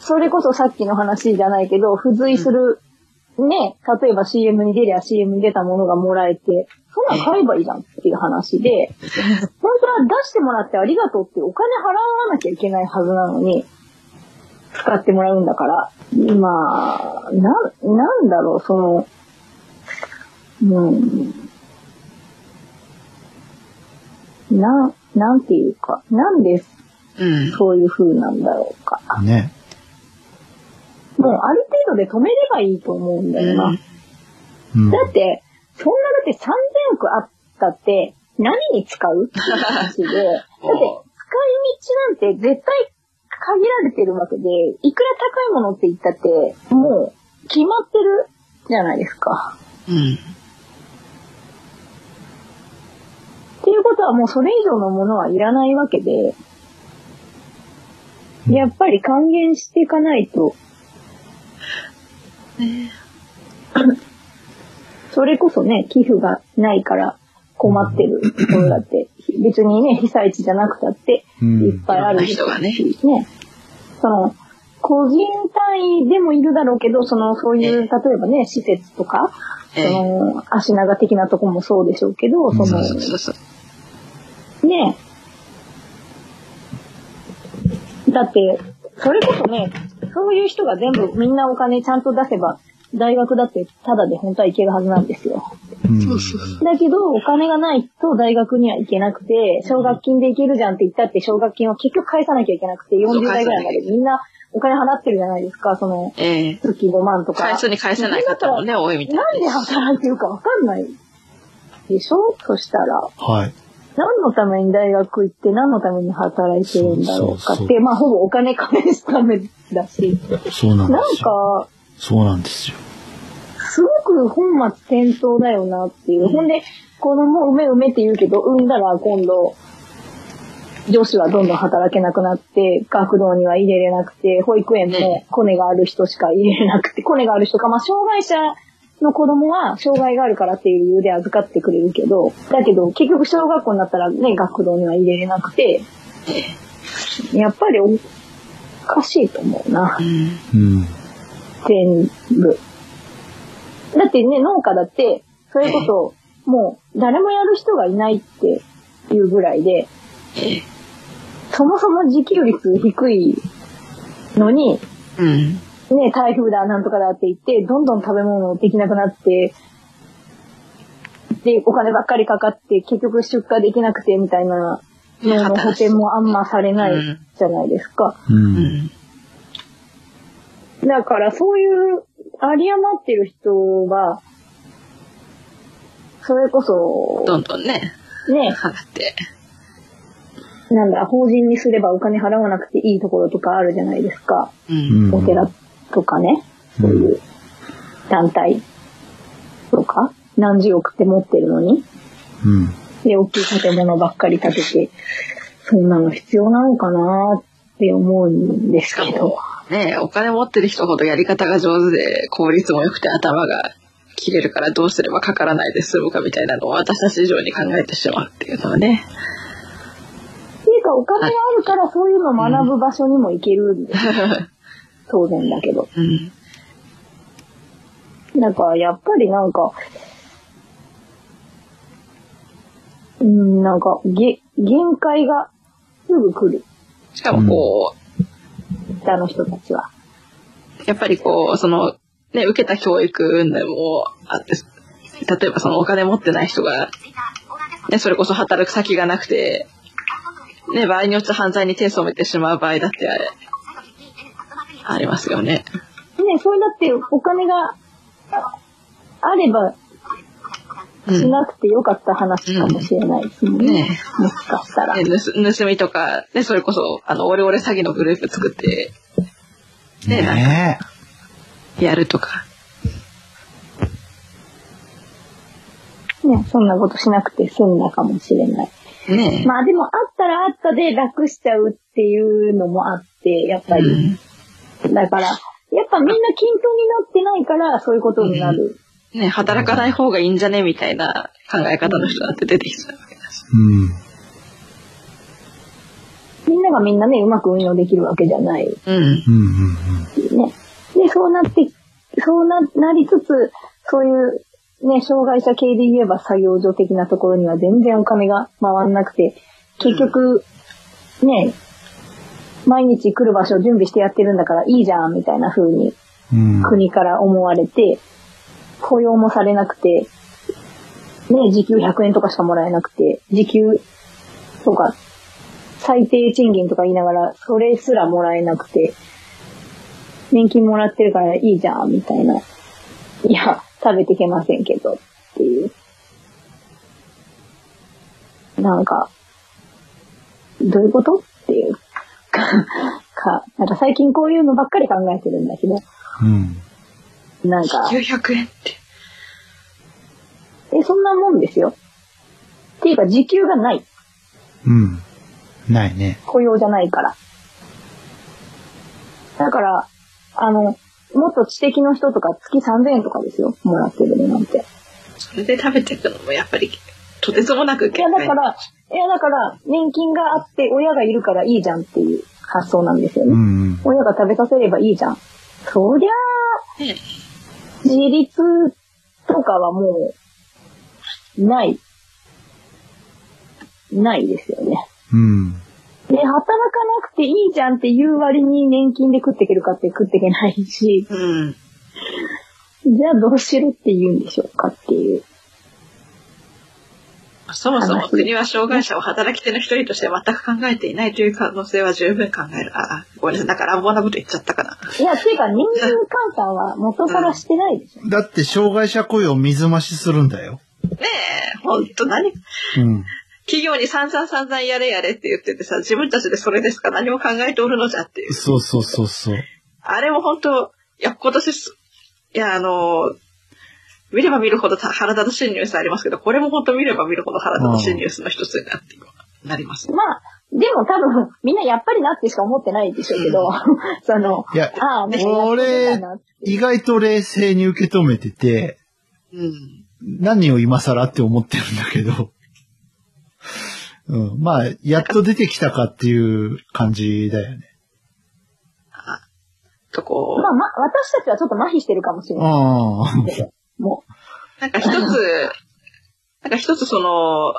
それこそさっきの話じゃないけど、付随する、ね、例えば CM に出りゃ CM に出たものがもらえて、そんなん買えばいいじゃんっていう話で、本当は出してもらってありがとうってお金払わなきゃいけないはずなのに、使ってもらうんだから、まあ、な、なんだろう、その、うん、な、なんていうか、なんで
うん。
そういう風なんだろうか。
ね。
もうある程度で止めればいいと思うんだよな。
うん
だって、そんなだって3000億あったって何に使うっていう話 で、だって使い道なんて絶対限られてるわけで、いくら高いものって言ったって、もう決まってるじゃないですか。
うん。
っていうことはもうそれ以上のものはいらないわけで、やっぱり還元していかないと、それこそね、寄付がないから困ってる人だって、別にね、被災地じゃなくたって、
う
いっ
ん。
ぱいある
いろんな人
ね。その、個人単位でもいるだろうけど、その、そういう、例えばね、施設とか、そ
ええ。
の、足長的なとこもそうでしょうけど、そ
そ
の
う、そうそうそう。
ねえ。だって、それこそね、そういう人が全部みんなお金ちゃんと出せば、大学だってタダで本当は行けるはずなんですよ。
うん
だけど、お金がないと大学には行けなくて、奨学金で行けるじゃんって言ったって、奨学金を結局返さなきゃいけなくて、40代ぐらいまでみんなお金払ってるじゃないですか、その、
ええ。
月5万とか。
返すに返せない方もね、多いみたい
なんで働いてるかわかんないでしょそしたら。
はい。
何のために大学行って何のために働いてるんだろうかって、
そうそうそう
まあほぼお金返すためだし、
そうなん
なん
ですよ。
か、
そうなんですよ。
すごく本末転倒だよなっていう。ほんで、子供産め産めって言うけど、産んだら今度、女子はどんどん働けなくなって、学童には入れれなくて、保育園も
ね
コネがある人しか入れれなくて、コネがある人か、まあ障害者の子供は障害があるからっていう理由で預かってくれるけど、だけど結局小学校になったらね、学童には入れれなくて、やっぱりおかしいと思うな。
うん。
うん。
全部。だってね、農家だって、それこそ、もう、誰もやる人がいないっていうぐらいで、
ええ。
そもそも自給率低いのに、
うん。
ね、台風だ、なんとかだって言って、どんどん食べ物できなくなって、で、お金ばっかりかかって、結局出荷できなくてみたいな、
ね
の補
働き
填もあんまされない
うん
じゃないですか。
う。
うんん。
だからそういう、有り余ってる人は、それこ
ど
そ、
んどんね、
ね、
払って。
なんだ、法人にすればお金払わなくていいところとかあるじゃないですか。
う。
うんん。
お寺とかね、そういう団体とか、何十億って持ってるのに、
うん。
で、大きい建物ばっかり建てて、そんなの必要なのかなって思うんです
しか
けど
も。、ね、お金持ってる人ほどやり方が上手で、効率も良くて頭が切れるからどうすればかからないで済むかみたいなのを私たち以上に考えてしまうっていうのは ね。
っていうか、お金があるからそういうのを学ぶ場所にも行けるんですよ。当然だけど。
うん。
なんか、やっぱりなんか、うん、なんか、げ、限界がすぐ来る、
しかもこ
あの人たちは。
う、やっぱりこう、その、ね、受けた教育運でもあって、例えばそのお金持ってない人が、ね、それこそ働く先がなくて、ね、場合によっては犯罪に手を染めてしまう場合だってあれありますよね。
ね、それだってお金がああれば
う
し
ん
なくてよかった話かもしれないですもんね。
うんね
もしかしたら。
ね、盗盗みとか、ね、それこそ、あの、オレオレ詐欺のグループ作ってねえ
ねえ。
やるとか。
ね、そんなことしなくて済んだかもしれない。
ね
まあでもあったらあったで楽しちゃうっていうのもあって、やっぱ
う
り。
ん
だから、やっぱみんな均等になってないからそういうことになる。
ね働かない方がいいんじゃねみたいな考え方の人だって出てきちゃうわけだし。
うん。
みんながみんなね、うまく運用できるわけじゃない。
うん。
うん。うん。
ね。で、そうなって、そうな、なりつつ、そういう、ね、障害者系で言えば作業所的なところには全然お金が回んなくて、結局、ね、毎日来る場所を準備してやってるんだからいいじゃん、みたいな風に
うん。
国から思われて、雇用もされなくて、ね、時給100円とかしかもらえなくて、時給とか、最低賃金とか言いながら、それすらもらえなくて、年金もらってるからいいじゃん、みたいな。いや、食べてけませんけど、っていう。なんか、どういうことっていう。か、か、なんか最近こういうのばっかり考えてるんだけど、
うん。
なんか、
900円って。
え、そんなもんですよ。っていうか、時給がない。
うん。ないね。
雇用じゃないから。だから、あの、もっと知的の人とか月3000円とかですよ。もらってるのなんて。
それで食べていくのもやっぱり、とてつもなく
いや、だから、いや、だから、年金があって親がいるからいいじゃんっていう発想なんですよ
う
ね。
ん。
親が食べさせればいいじゃん。そりゃ
ね
あ、自立とかはもう、ない。ないですよね。
うん。
で、働かなくていいじゃんっていう割に年金で食っていけるかって食っていけないし、
うん。
じゃあどうしろって言うんでしょうかっていう。
そもそも国は障害者を働き手の一人として全く考えていないという可能性は十分考える。あ、ごめんなさい。なんか乱暴なこと言っちゃったかな。
いや、っていうか人間換算は元からしてないでしょ。
だって、障害者雇用を水増しするんだよ。
ねえ、ほんと何
うん。
企業に散々散々やれやれって言っててさ、自分たちでそれですか何も考えておるのじゃっていう。
そうそうそうそう。
あれも本当いや、今年す、いや、あの、見れば見るほどた腹立たしいニュースありますけど、これも本当見れば見るほど腹立たしいニュースの一つになっていくなります。
まあ、でも多分、みんなやっぱりなってしか思ってないでしょうけど、 その、
いや、
ああ、もうやって
俺
んだなって、
意外と冷静に受け止めてて、
うん。
何を今更って思ってるんだけど。うん。まあ、やっと出てきたかっていう感じだよね。
とこ
まあ、ま、私たちはちょっと麻痺してるかもしれない。
ああ。
も
う、なんか一つ、なんか一つその、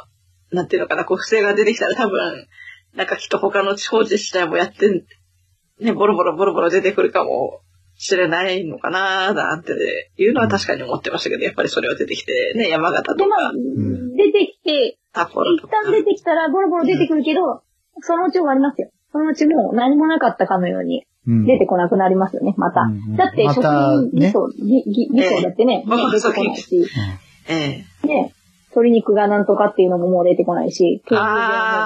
なんていうのかな、こう不正が出てきたら多分、なんかきっと他の地方自治体もやってん、ね、ボロボロボロボロ出てくるかも知れないのかななんていうのは確かに思ってましたけど、やっぱりそれは出てきて、ね、山形と
で、まあ
か、、
ん
出てきて、
札幌
一
とか。
旦出てきたら、ボロボロ出てくるけど、そのうち終わりますよ。そのうちもう何もなかったかのように
うん
出てこなくなりますよね、また。
うんうん
だって、
ま
職
た
人
ね
偽装、ぎぎ偽装だってね、
まあ
出てこないし、
ええ。
ね、鶏肉がなんとかっていうのももう出てこないし、鶏肉も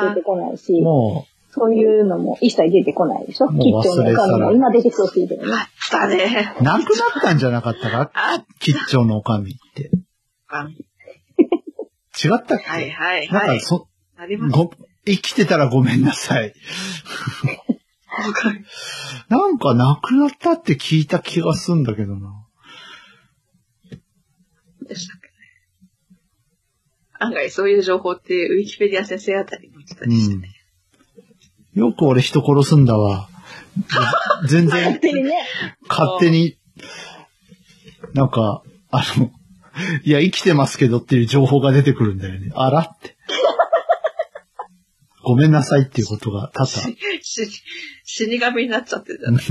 出てこないし、
も
そういうのも一切出てこないでしょ
もう忘
キッチョンのおかん
れ去
のも
る
今出てきそうすぎてね。
あったね。
う、なくなったんじゃなかったか
あっ
吉兆の女将って。
た。は
違ったっけ、
いはい
なん
は
か
い。
そ、
あります
ご、生きてたらごめんなさい。
かる
なんかなくなったって聞いた気がすんだけどな。
でしたっけね。案外そういう情報って、ウィキペディア先生あたりに載ってた
う
りして
ん。よく俺人殺すんだわ。全然
勝手にね、
勝手に、なんか、あの、いや、生きてますけどっていう情報が出てくるんだよね。あらって。ごめんなさいっていうことが多々。
し死神になっちゃってるじゃない。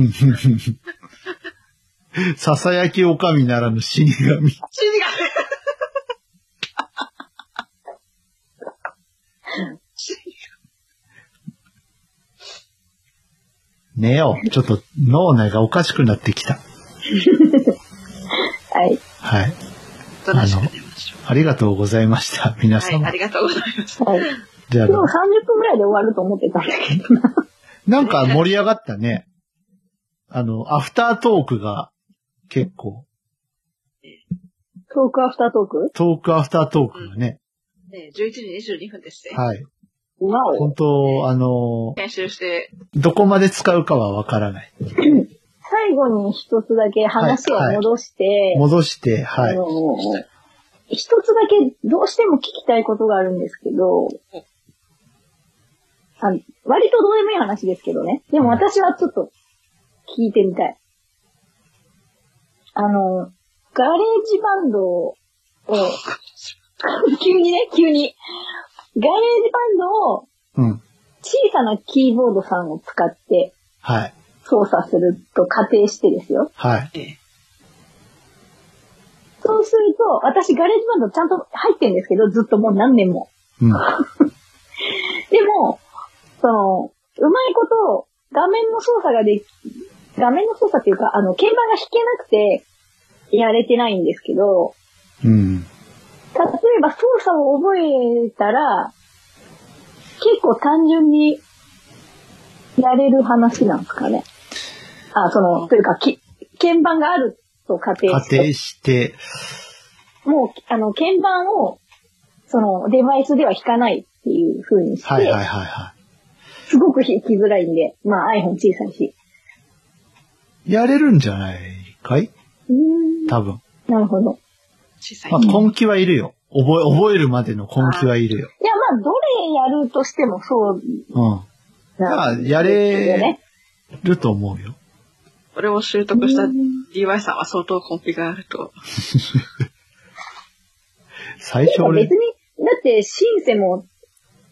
ささやきおかみならぬ死神。
死神
ねよ。ちょっと脳内がおかしくなってきた。
はい。
はい。
どなしくなりましょ
ありがとうございました。皆
う。
様。
はい、ありがとうございます。
はい。
じゃあ
で、も30分ぐらいで終わると思ってたんだけど。
なんか盛り上がったね。あの、アフタートークが結構、
トークアフタートーク
トークアフタートークがね。
ね、11時22分ですね。
はい。
わお。
本当あの、
編集して、
どこまで使うかはわからない。
最後に一つだけ話を戻して、
戻して、は
あ
い。
の、一つだけどうしても聞きたいことがあるんですけど、あの割とどうでもいい話ですけどね。でも私はちょっと聞いてみたい。あの、ガレージバンドを、急にね、急に。ガレージバンドを
うん。
小さなキーボードさんを使って
はい。
操作すると仮定してですよ。
はい。
そうすると、私ガレージバンドちゃんと入ってんですけど、ずっともう何年も。
うん。
でも、その、うまいこと、画面の操作ができ、画面の操作っていうか、あの、鍵盤が弾けなくて、やれてないんですけど、
うん。
例えば操作を覚えたら、結構単純に、やれる話なんですかね。あ、その、というか、き鍵盤があると仮定して
仮定して、
もう、あの、鍵盤を、その、デバイスでは弾かないっていう風にして、
はいはいはいは
すごく弾きづらいんで、まあ iPhone 小さいし。
い。やれるんじゃないかいう
ーん。
多分。
なるほど。
小さい
まあ、。根気はいるよ。覚え、覚えるまでの根気はいるよ。
いや、まあ、どれやるとしてもそ
う
う
ん。ま
な
あ、
んです
や
よ
れ
ね。
ると思うよ。
これを習得した DY さんは相当コンピがあると。
最初
なんか
俺
別、に、だって、シンセも、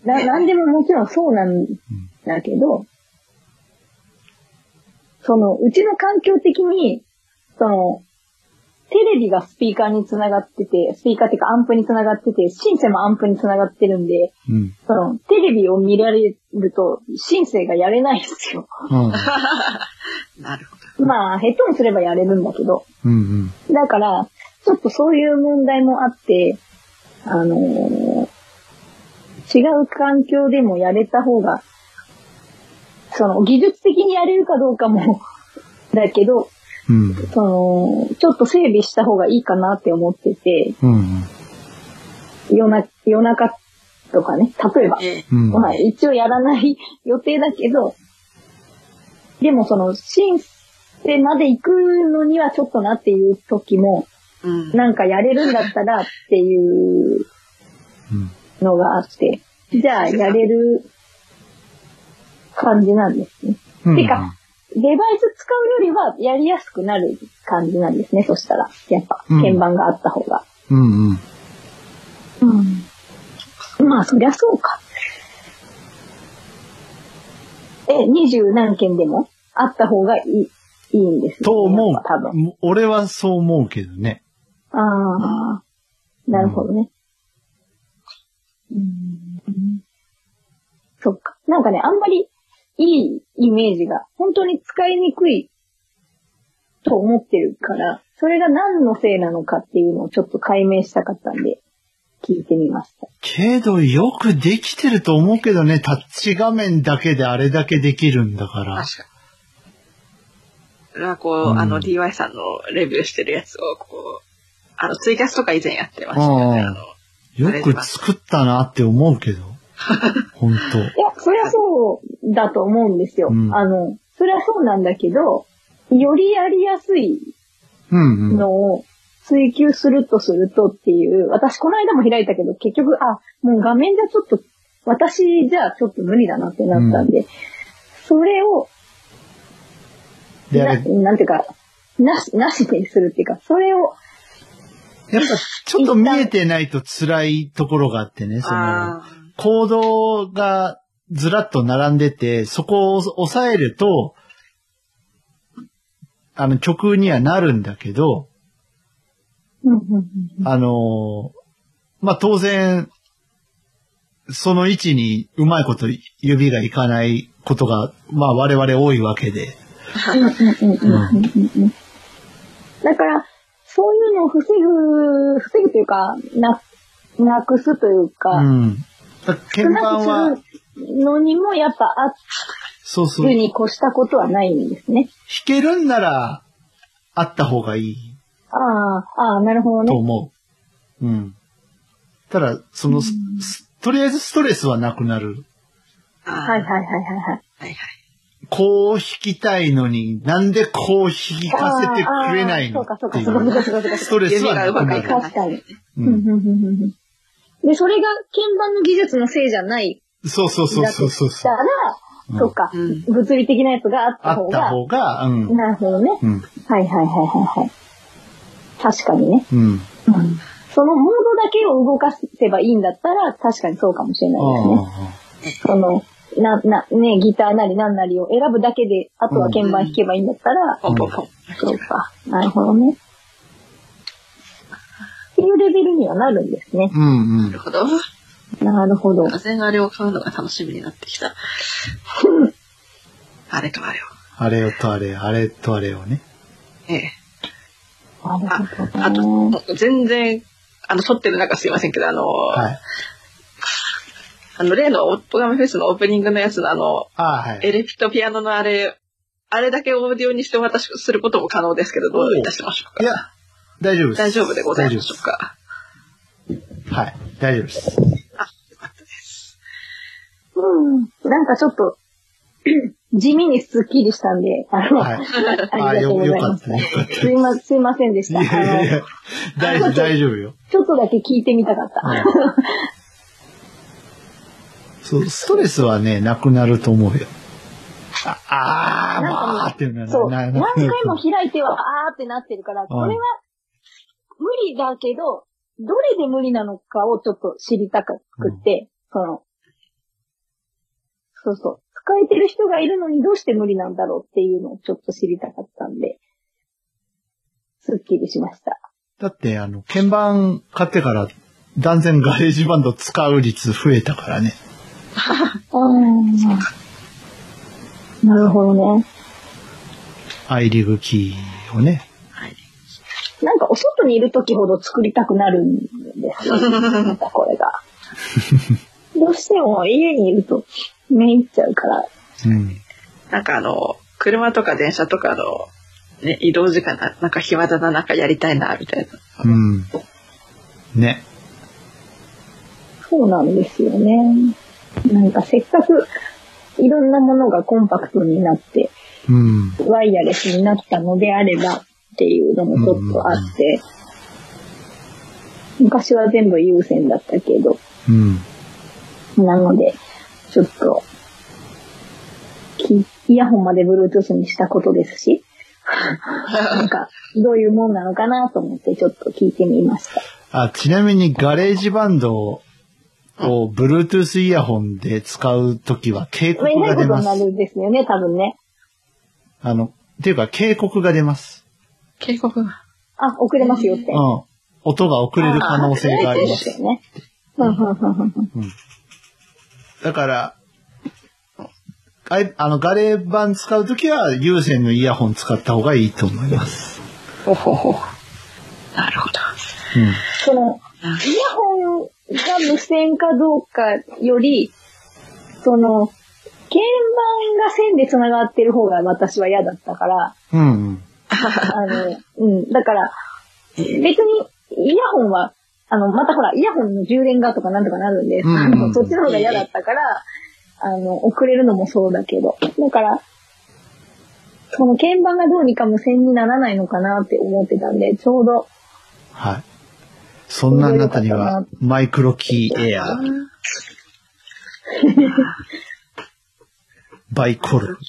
な、なんでももちろんそうなんだけど、その、うちの環境的に、その、テレビがスピーカーにつながってて、スピーカーっていうかアンプにつながってて、シンセもアンプにつながってるんで、
うん。
その、テレビを見られると、シンセがやれないんですよ。
うん。
なるほど。
まあ、ヘッドホンすればやれるんだけど。
うんうん。
だから、ちょっとそういう問題もあって、あのー違う環境でもやれた方が、その、技術的にやれるかどうかも、 だけど、
うん。
その、ちょっと整備した方がいいかなって思ってて、
うん。
夜な、夜中とかね、例えば。
ええ。
うん。
まあ、一応やらない 予定だけど、でもその、シンセまで行くのにはちょっとなっていう時も、
うん。
なんかやれるんだったらっていう
うん
のがあって、じゃあやれる感じなんですね。
うん
てか、デバイス使うよりはやりやすくなる感じなんですね、そしたら。やっぱ、
うん
鍵盤があった方が。
うんうん。
うん。まあ、そりゃそうか。え、二十何件でもあった方がいいいいんですね
と思
やっぱ多
う。も俺はそう思うけどね。
分。ああ、なるほどね。うん。そっか。なんかね、あんまりいいイメージが、本当に使いにくいと思ってるから、それが何のせいなのかっていうのをちょっと解明したかったんで、聞いてみました。
けど、よくできてると思うけどね、タッチ画面だけであれだけできるんだから。
確かに。なんかこう、
うん
あの、DY さんのレビューしてるやつを、こう、あの、ツイキャスとか以前やってましたよね。
ああ
あの、
よく作ったなって思うけど。ほんと。
いや、そりゃそうだと思うんですよ。
うん
あの、そりゃそうなんだけど、よりやりやすい
うんうん。
のを追求するとするとっていう、私この間も開いたけど、結局、あ、もう画面じゃちょっと、私じゃちょっと無理だなってなったんで、それを、
で、あ
な
れ、
なんていうか、なし、なしにするっていうか、それを、
やっぱちょっと見えてないと辛いところがあってね、その、
ああ、
行動がずらっと並んでて、そこを抑えると、あの曲にはなるんだけど、
うんうんうん
あのーまあ、当然、その位置にうまいこと指がいかないことが、まあ、我々多いわけで。
だから、そういうのを防ぐ、防ぐというか、な、なくすというか、
うん。だから鍵
少
盤
な
は
く、するのにもやっぱあっ
そうそう、
る
弾
に越したことはないんですね。
けるんなら、あった方がいい
ああ、ああ、なるほど
と
ね。
思う。うん。ただ、その、すすとりあえずストレスはなくなる。
は
はい
はいはいはいはい。
はいはい。
こう弾きたいのに、なんでこう弾かせてくれないの
ああそう
っ
か
て
そう
い
か、そ
う
うかそうかそうか
ス
そ
トレスはなく
指が
な
うま
うか。
くいか
る。
ない
確かに。
う
うんうん
ん
うんうんうんで、それが鍵盤の技術のせいじゃない
そうそうそうそうそうそ
か
う。
ら、そっか、
うん
物理的なやつがあっ
あ
た方
った
が、
方が、うん。
なるほどね。
うん。
はいはいはいはいはい。確かにね。
うん。
うんそのモードだけを動かせばいいんだったら、確かにそうかもしれないですね。その、な、な、ね、ギターなりなんなりを選ぶだけで、あとは鍵盤弾けばいいんだったら、
ポンポンポン。
そうか。なるほどね。っていうレベルにはなるんですね。
うんう
なんる。ほ ど。
なるほど。
風のあれを買うのが楽しみになってきた。あれとあれを。
あれよとあれよ、あれとあれをね。
ええ。
なる
あ
ほ、
あ
どね。
と、全然、あの、撮ってる中すいませんけど、あの、
はい。
あの、例のオットガメフェスのオープニングのやつのあの、
ああ、は
エ
い。
レキとピアノのあれ、あれだけオーディオにして渡しすることも可能ですけど、どういたしましょう
い
か。
や、大丈夫です。
大丈夫でございましょう
大丈
か。
夫です。はい。大丈夫 です。
うん。なんかちょっと、 地味にスッキリしたんで、あの、
はい。あ
あ
あ、
りがとう
よ、よ
ござい
か
ま
っ
す
た。。よかった。
すいま、すいませんでし
い
た。
や
あ
いやいや
の、、
大丈夫、大丈夫よ。
ちょっとだけ聞いてみたかった。
そう、ストレスはね、なくなると思うよ。ああー、
なんかもう
まあっていうのは
そう。
な
何
なな
回も開いては、あーってなってるから、これは無理だけど、どれで無理なのかをちょっと知りたくって、その、そうそう。使えてる人がいるのにどうして無理なんだろうっていうのをちょっと知りたかったんで、すっきりしました。
だって、あの、鍵盤買ってから、断然ガレージバンド使う率増えたからね。
あなるほどね。
アイリグキーをね。
なんかお外にいる時ほど作りたくなるんですよ。なんかこれが。どうしても家にいると目いっちゃうから。
うん。
なんかあの、車とか電車とかの、ね、移動時間な、なんか暇だな、なんかやりたいな、みたいな。
うん。ね。
そうなんですよね。なんかせっかくいろんなものがコンパクトになって、
うん。
ワイヤレスになったのであればっていうのもちょっとあって、昔は全部有線だったけど、
うん。
なので、ちょっと、きイヤホンまで Bluetooth にしたことですし、 なんか、どういうもんなのかなと思ってちょっと聞いてみました。
あ、ちなみにガレージバンドを、Bluetooth イヤホンで使うときは警告
めん
が
ないこ
出
と
ま
にな
す。
るんですよね、多分ね。
あの、っていうか警告が出ます。
警告が。
あ、遅れますよって
う。ん。音が遅れる可能性がありま
です
す。
よね。うんうんうんうんうん
だから、あいあの、ガレー版使うときは、有線のイヤホン使った方がいいと思います。
ほほほ。なるほど。
うん。
その、イヤホンが無線かどうかより、その、鍵盤が線で繋がってる方が私は嫌だったから、
うん、うん。
あの、うん、だから、別にイヤホンは、あの、またほら、イヤホンの充電がとかなんとかなるんで、
うん
あのそっちの方が嫌だったから、あの、遅れるのもそうだけど、だから、その鍵盤がどうにか無線にならないのかなって思ってたんで、ちょうど、
はい。そんなあなたには、マイクロキーエアー、バイコル。
もう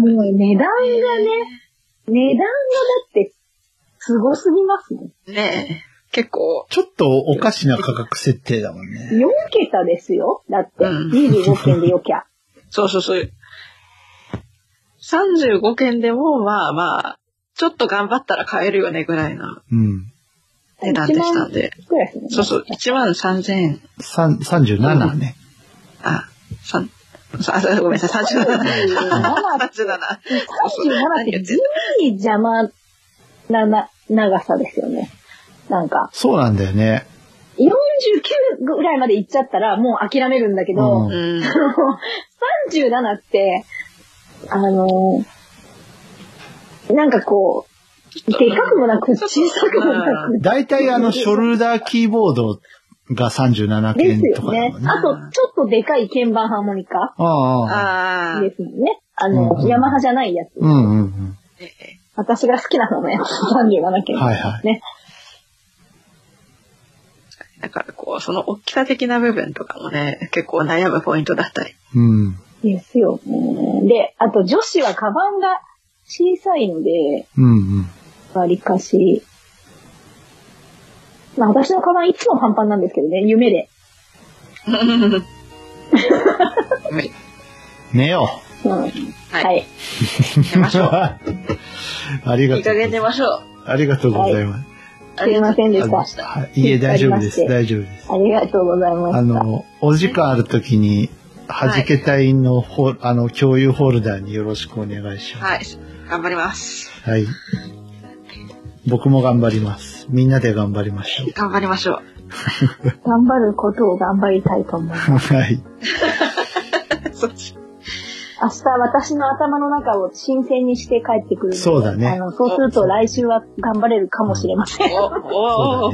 値段がね、値段がだって、すごすぎますね。
ねえ。結構、
ちょっとおかしな価格設定だもんね。
4桁ですよ。だって、
うん
25件で4キャ。
そうそうそう。35件でも、まあまあ、ちょっと頑張ったら買えるよねぐらいな
うん。
値段でしたんで。
いくらですね。
そうそう、1万3000円。
三37ね。
あ、三、あ、そうごめんなさい、37。37。
37って地味に邪魔なな長さですよね。なんか、
そうなんだよね。
49ぐらいまで行っちゃったらもう諦めるんだけど、
うん
うん。
37って、あのーなんかこう、でかくもなく、小さくもなく、
大体あの、ショルダーキーボードが37
です
件とか
よ
だ
ね
もん。ね。
あと、ちょっとでかい鍵盤ハーモニカ
ああああ。
ああ。
ですもんね。あの、
うん
ヤマハじゃないやつ。
うんうん
私が好きなの ね。37
う
件。
ん。はいはい。
ね。
だからこう、その大きさ的な部分とかもね、結構悩むポイントだったり。
うん。
ですよね。で、あと女子はカバンが小さいので、
うんうん。
わりかし。まあ私のカバンいつもパンパンなんですけどね、夢で。
はい。
寝よ
うん。は。
はい寝まし
う。
ょう。
ありが
いい
と
加減
う。
寝ましょう。
ありがとうございます。
すいませんで
あ
し
の
た。
はい。いえ、大丈夫です。大丈夫です。
ありがとうございま
あ
した。
の、お時間あるときに、はじけ隊のホ、あの、共有ホルダーによろしくお願いします。
はい。頑張ります。
はい。僕も頑張ります。みんなで頑張りましょう。
頑張りましょ う。
頑張ることを頑張りたいと思います。
はい。
そっち。
明日私の頭の中を新鮮にして帰ってくるので
そうだね
あの、そうすると来週は頑張れるかもしれません。
お、お、お、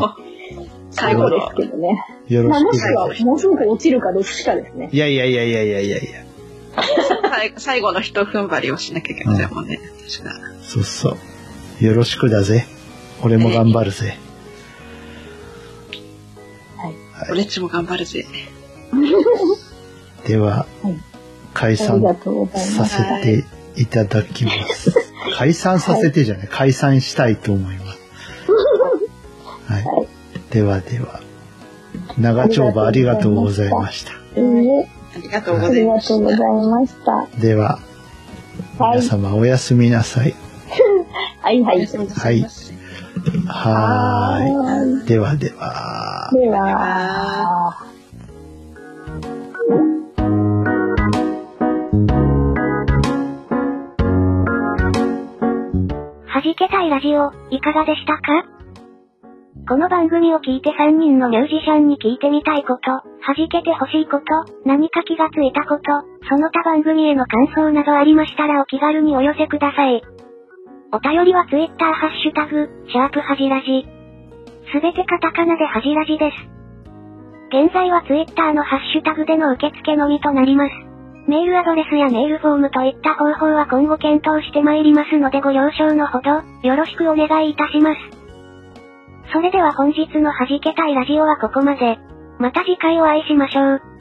最後
そう
の
ですけどね。
よろ
まあ
し
も
く
しくは、もうすぐ落ちるかどっちかですね。
いやいやいやいやいやいやいや。
最最後の一踏ん張りをしなきゃいけませんもんね。確か
そうそう。よろしくだぜ。俺も頑張るぜ。
俺っちも頑張るぜ。
では
はい、
解
ありが
散
とうございます。
させていただきます。解散させてじゃない。解散したいと思います。はい。
はい
ではでは。長丁場ありがとうございました。
いいえ
ありがとうご
あ
ざい
り
ま
が
す
とう。ございました。
では、
はい
皆様おやすみなさい。
はいはい。で
はい。はーい。ではでは。
は。
弾けたいラジオ、いかがでしたかこの番組を聞いて3人のミュージシャンに聞いてみたいこと、弾けてほしいこと、何か気がついたこと、その他番組への感想などありましたらお気軽にお寄せください。お便りは Twitter ハッシュタグ、シャープはじらじ。すべてカタカナではじらじです。現在は Twitter のハッシュタグでの受付のみとなります。メールアドレスやメールフォームといった方法は今後検討してまいりますのでご了承のほど、よろしくお願いいたします。それでは本日の弾けたいラジオはここまで。また次回お会いしましょう。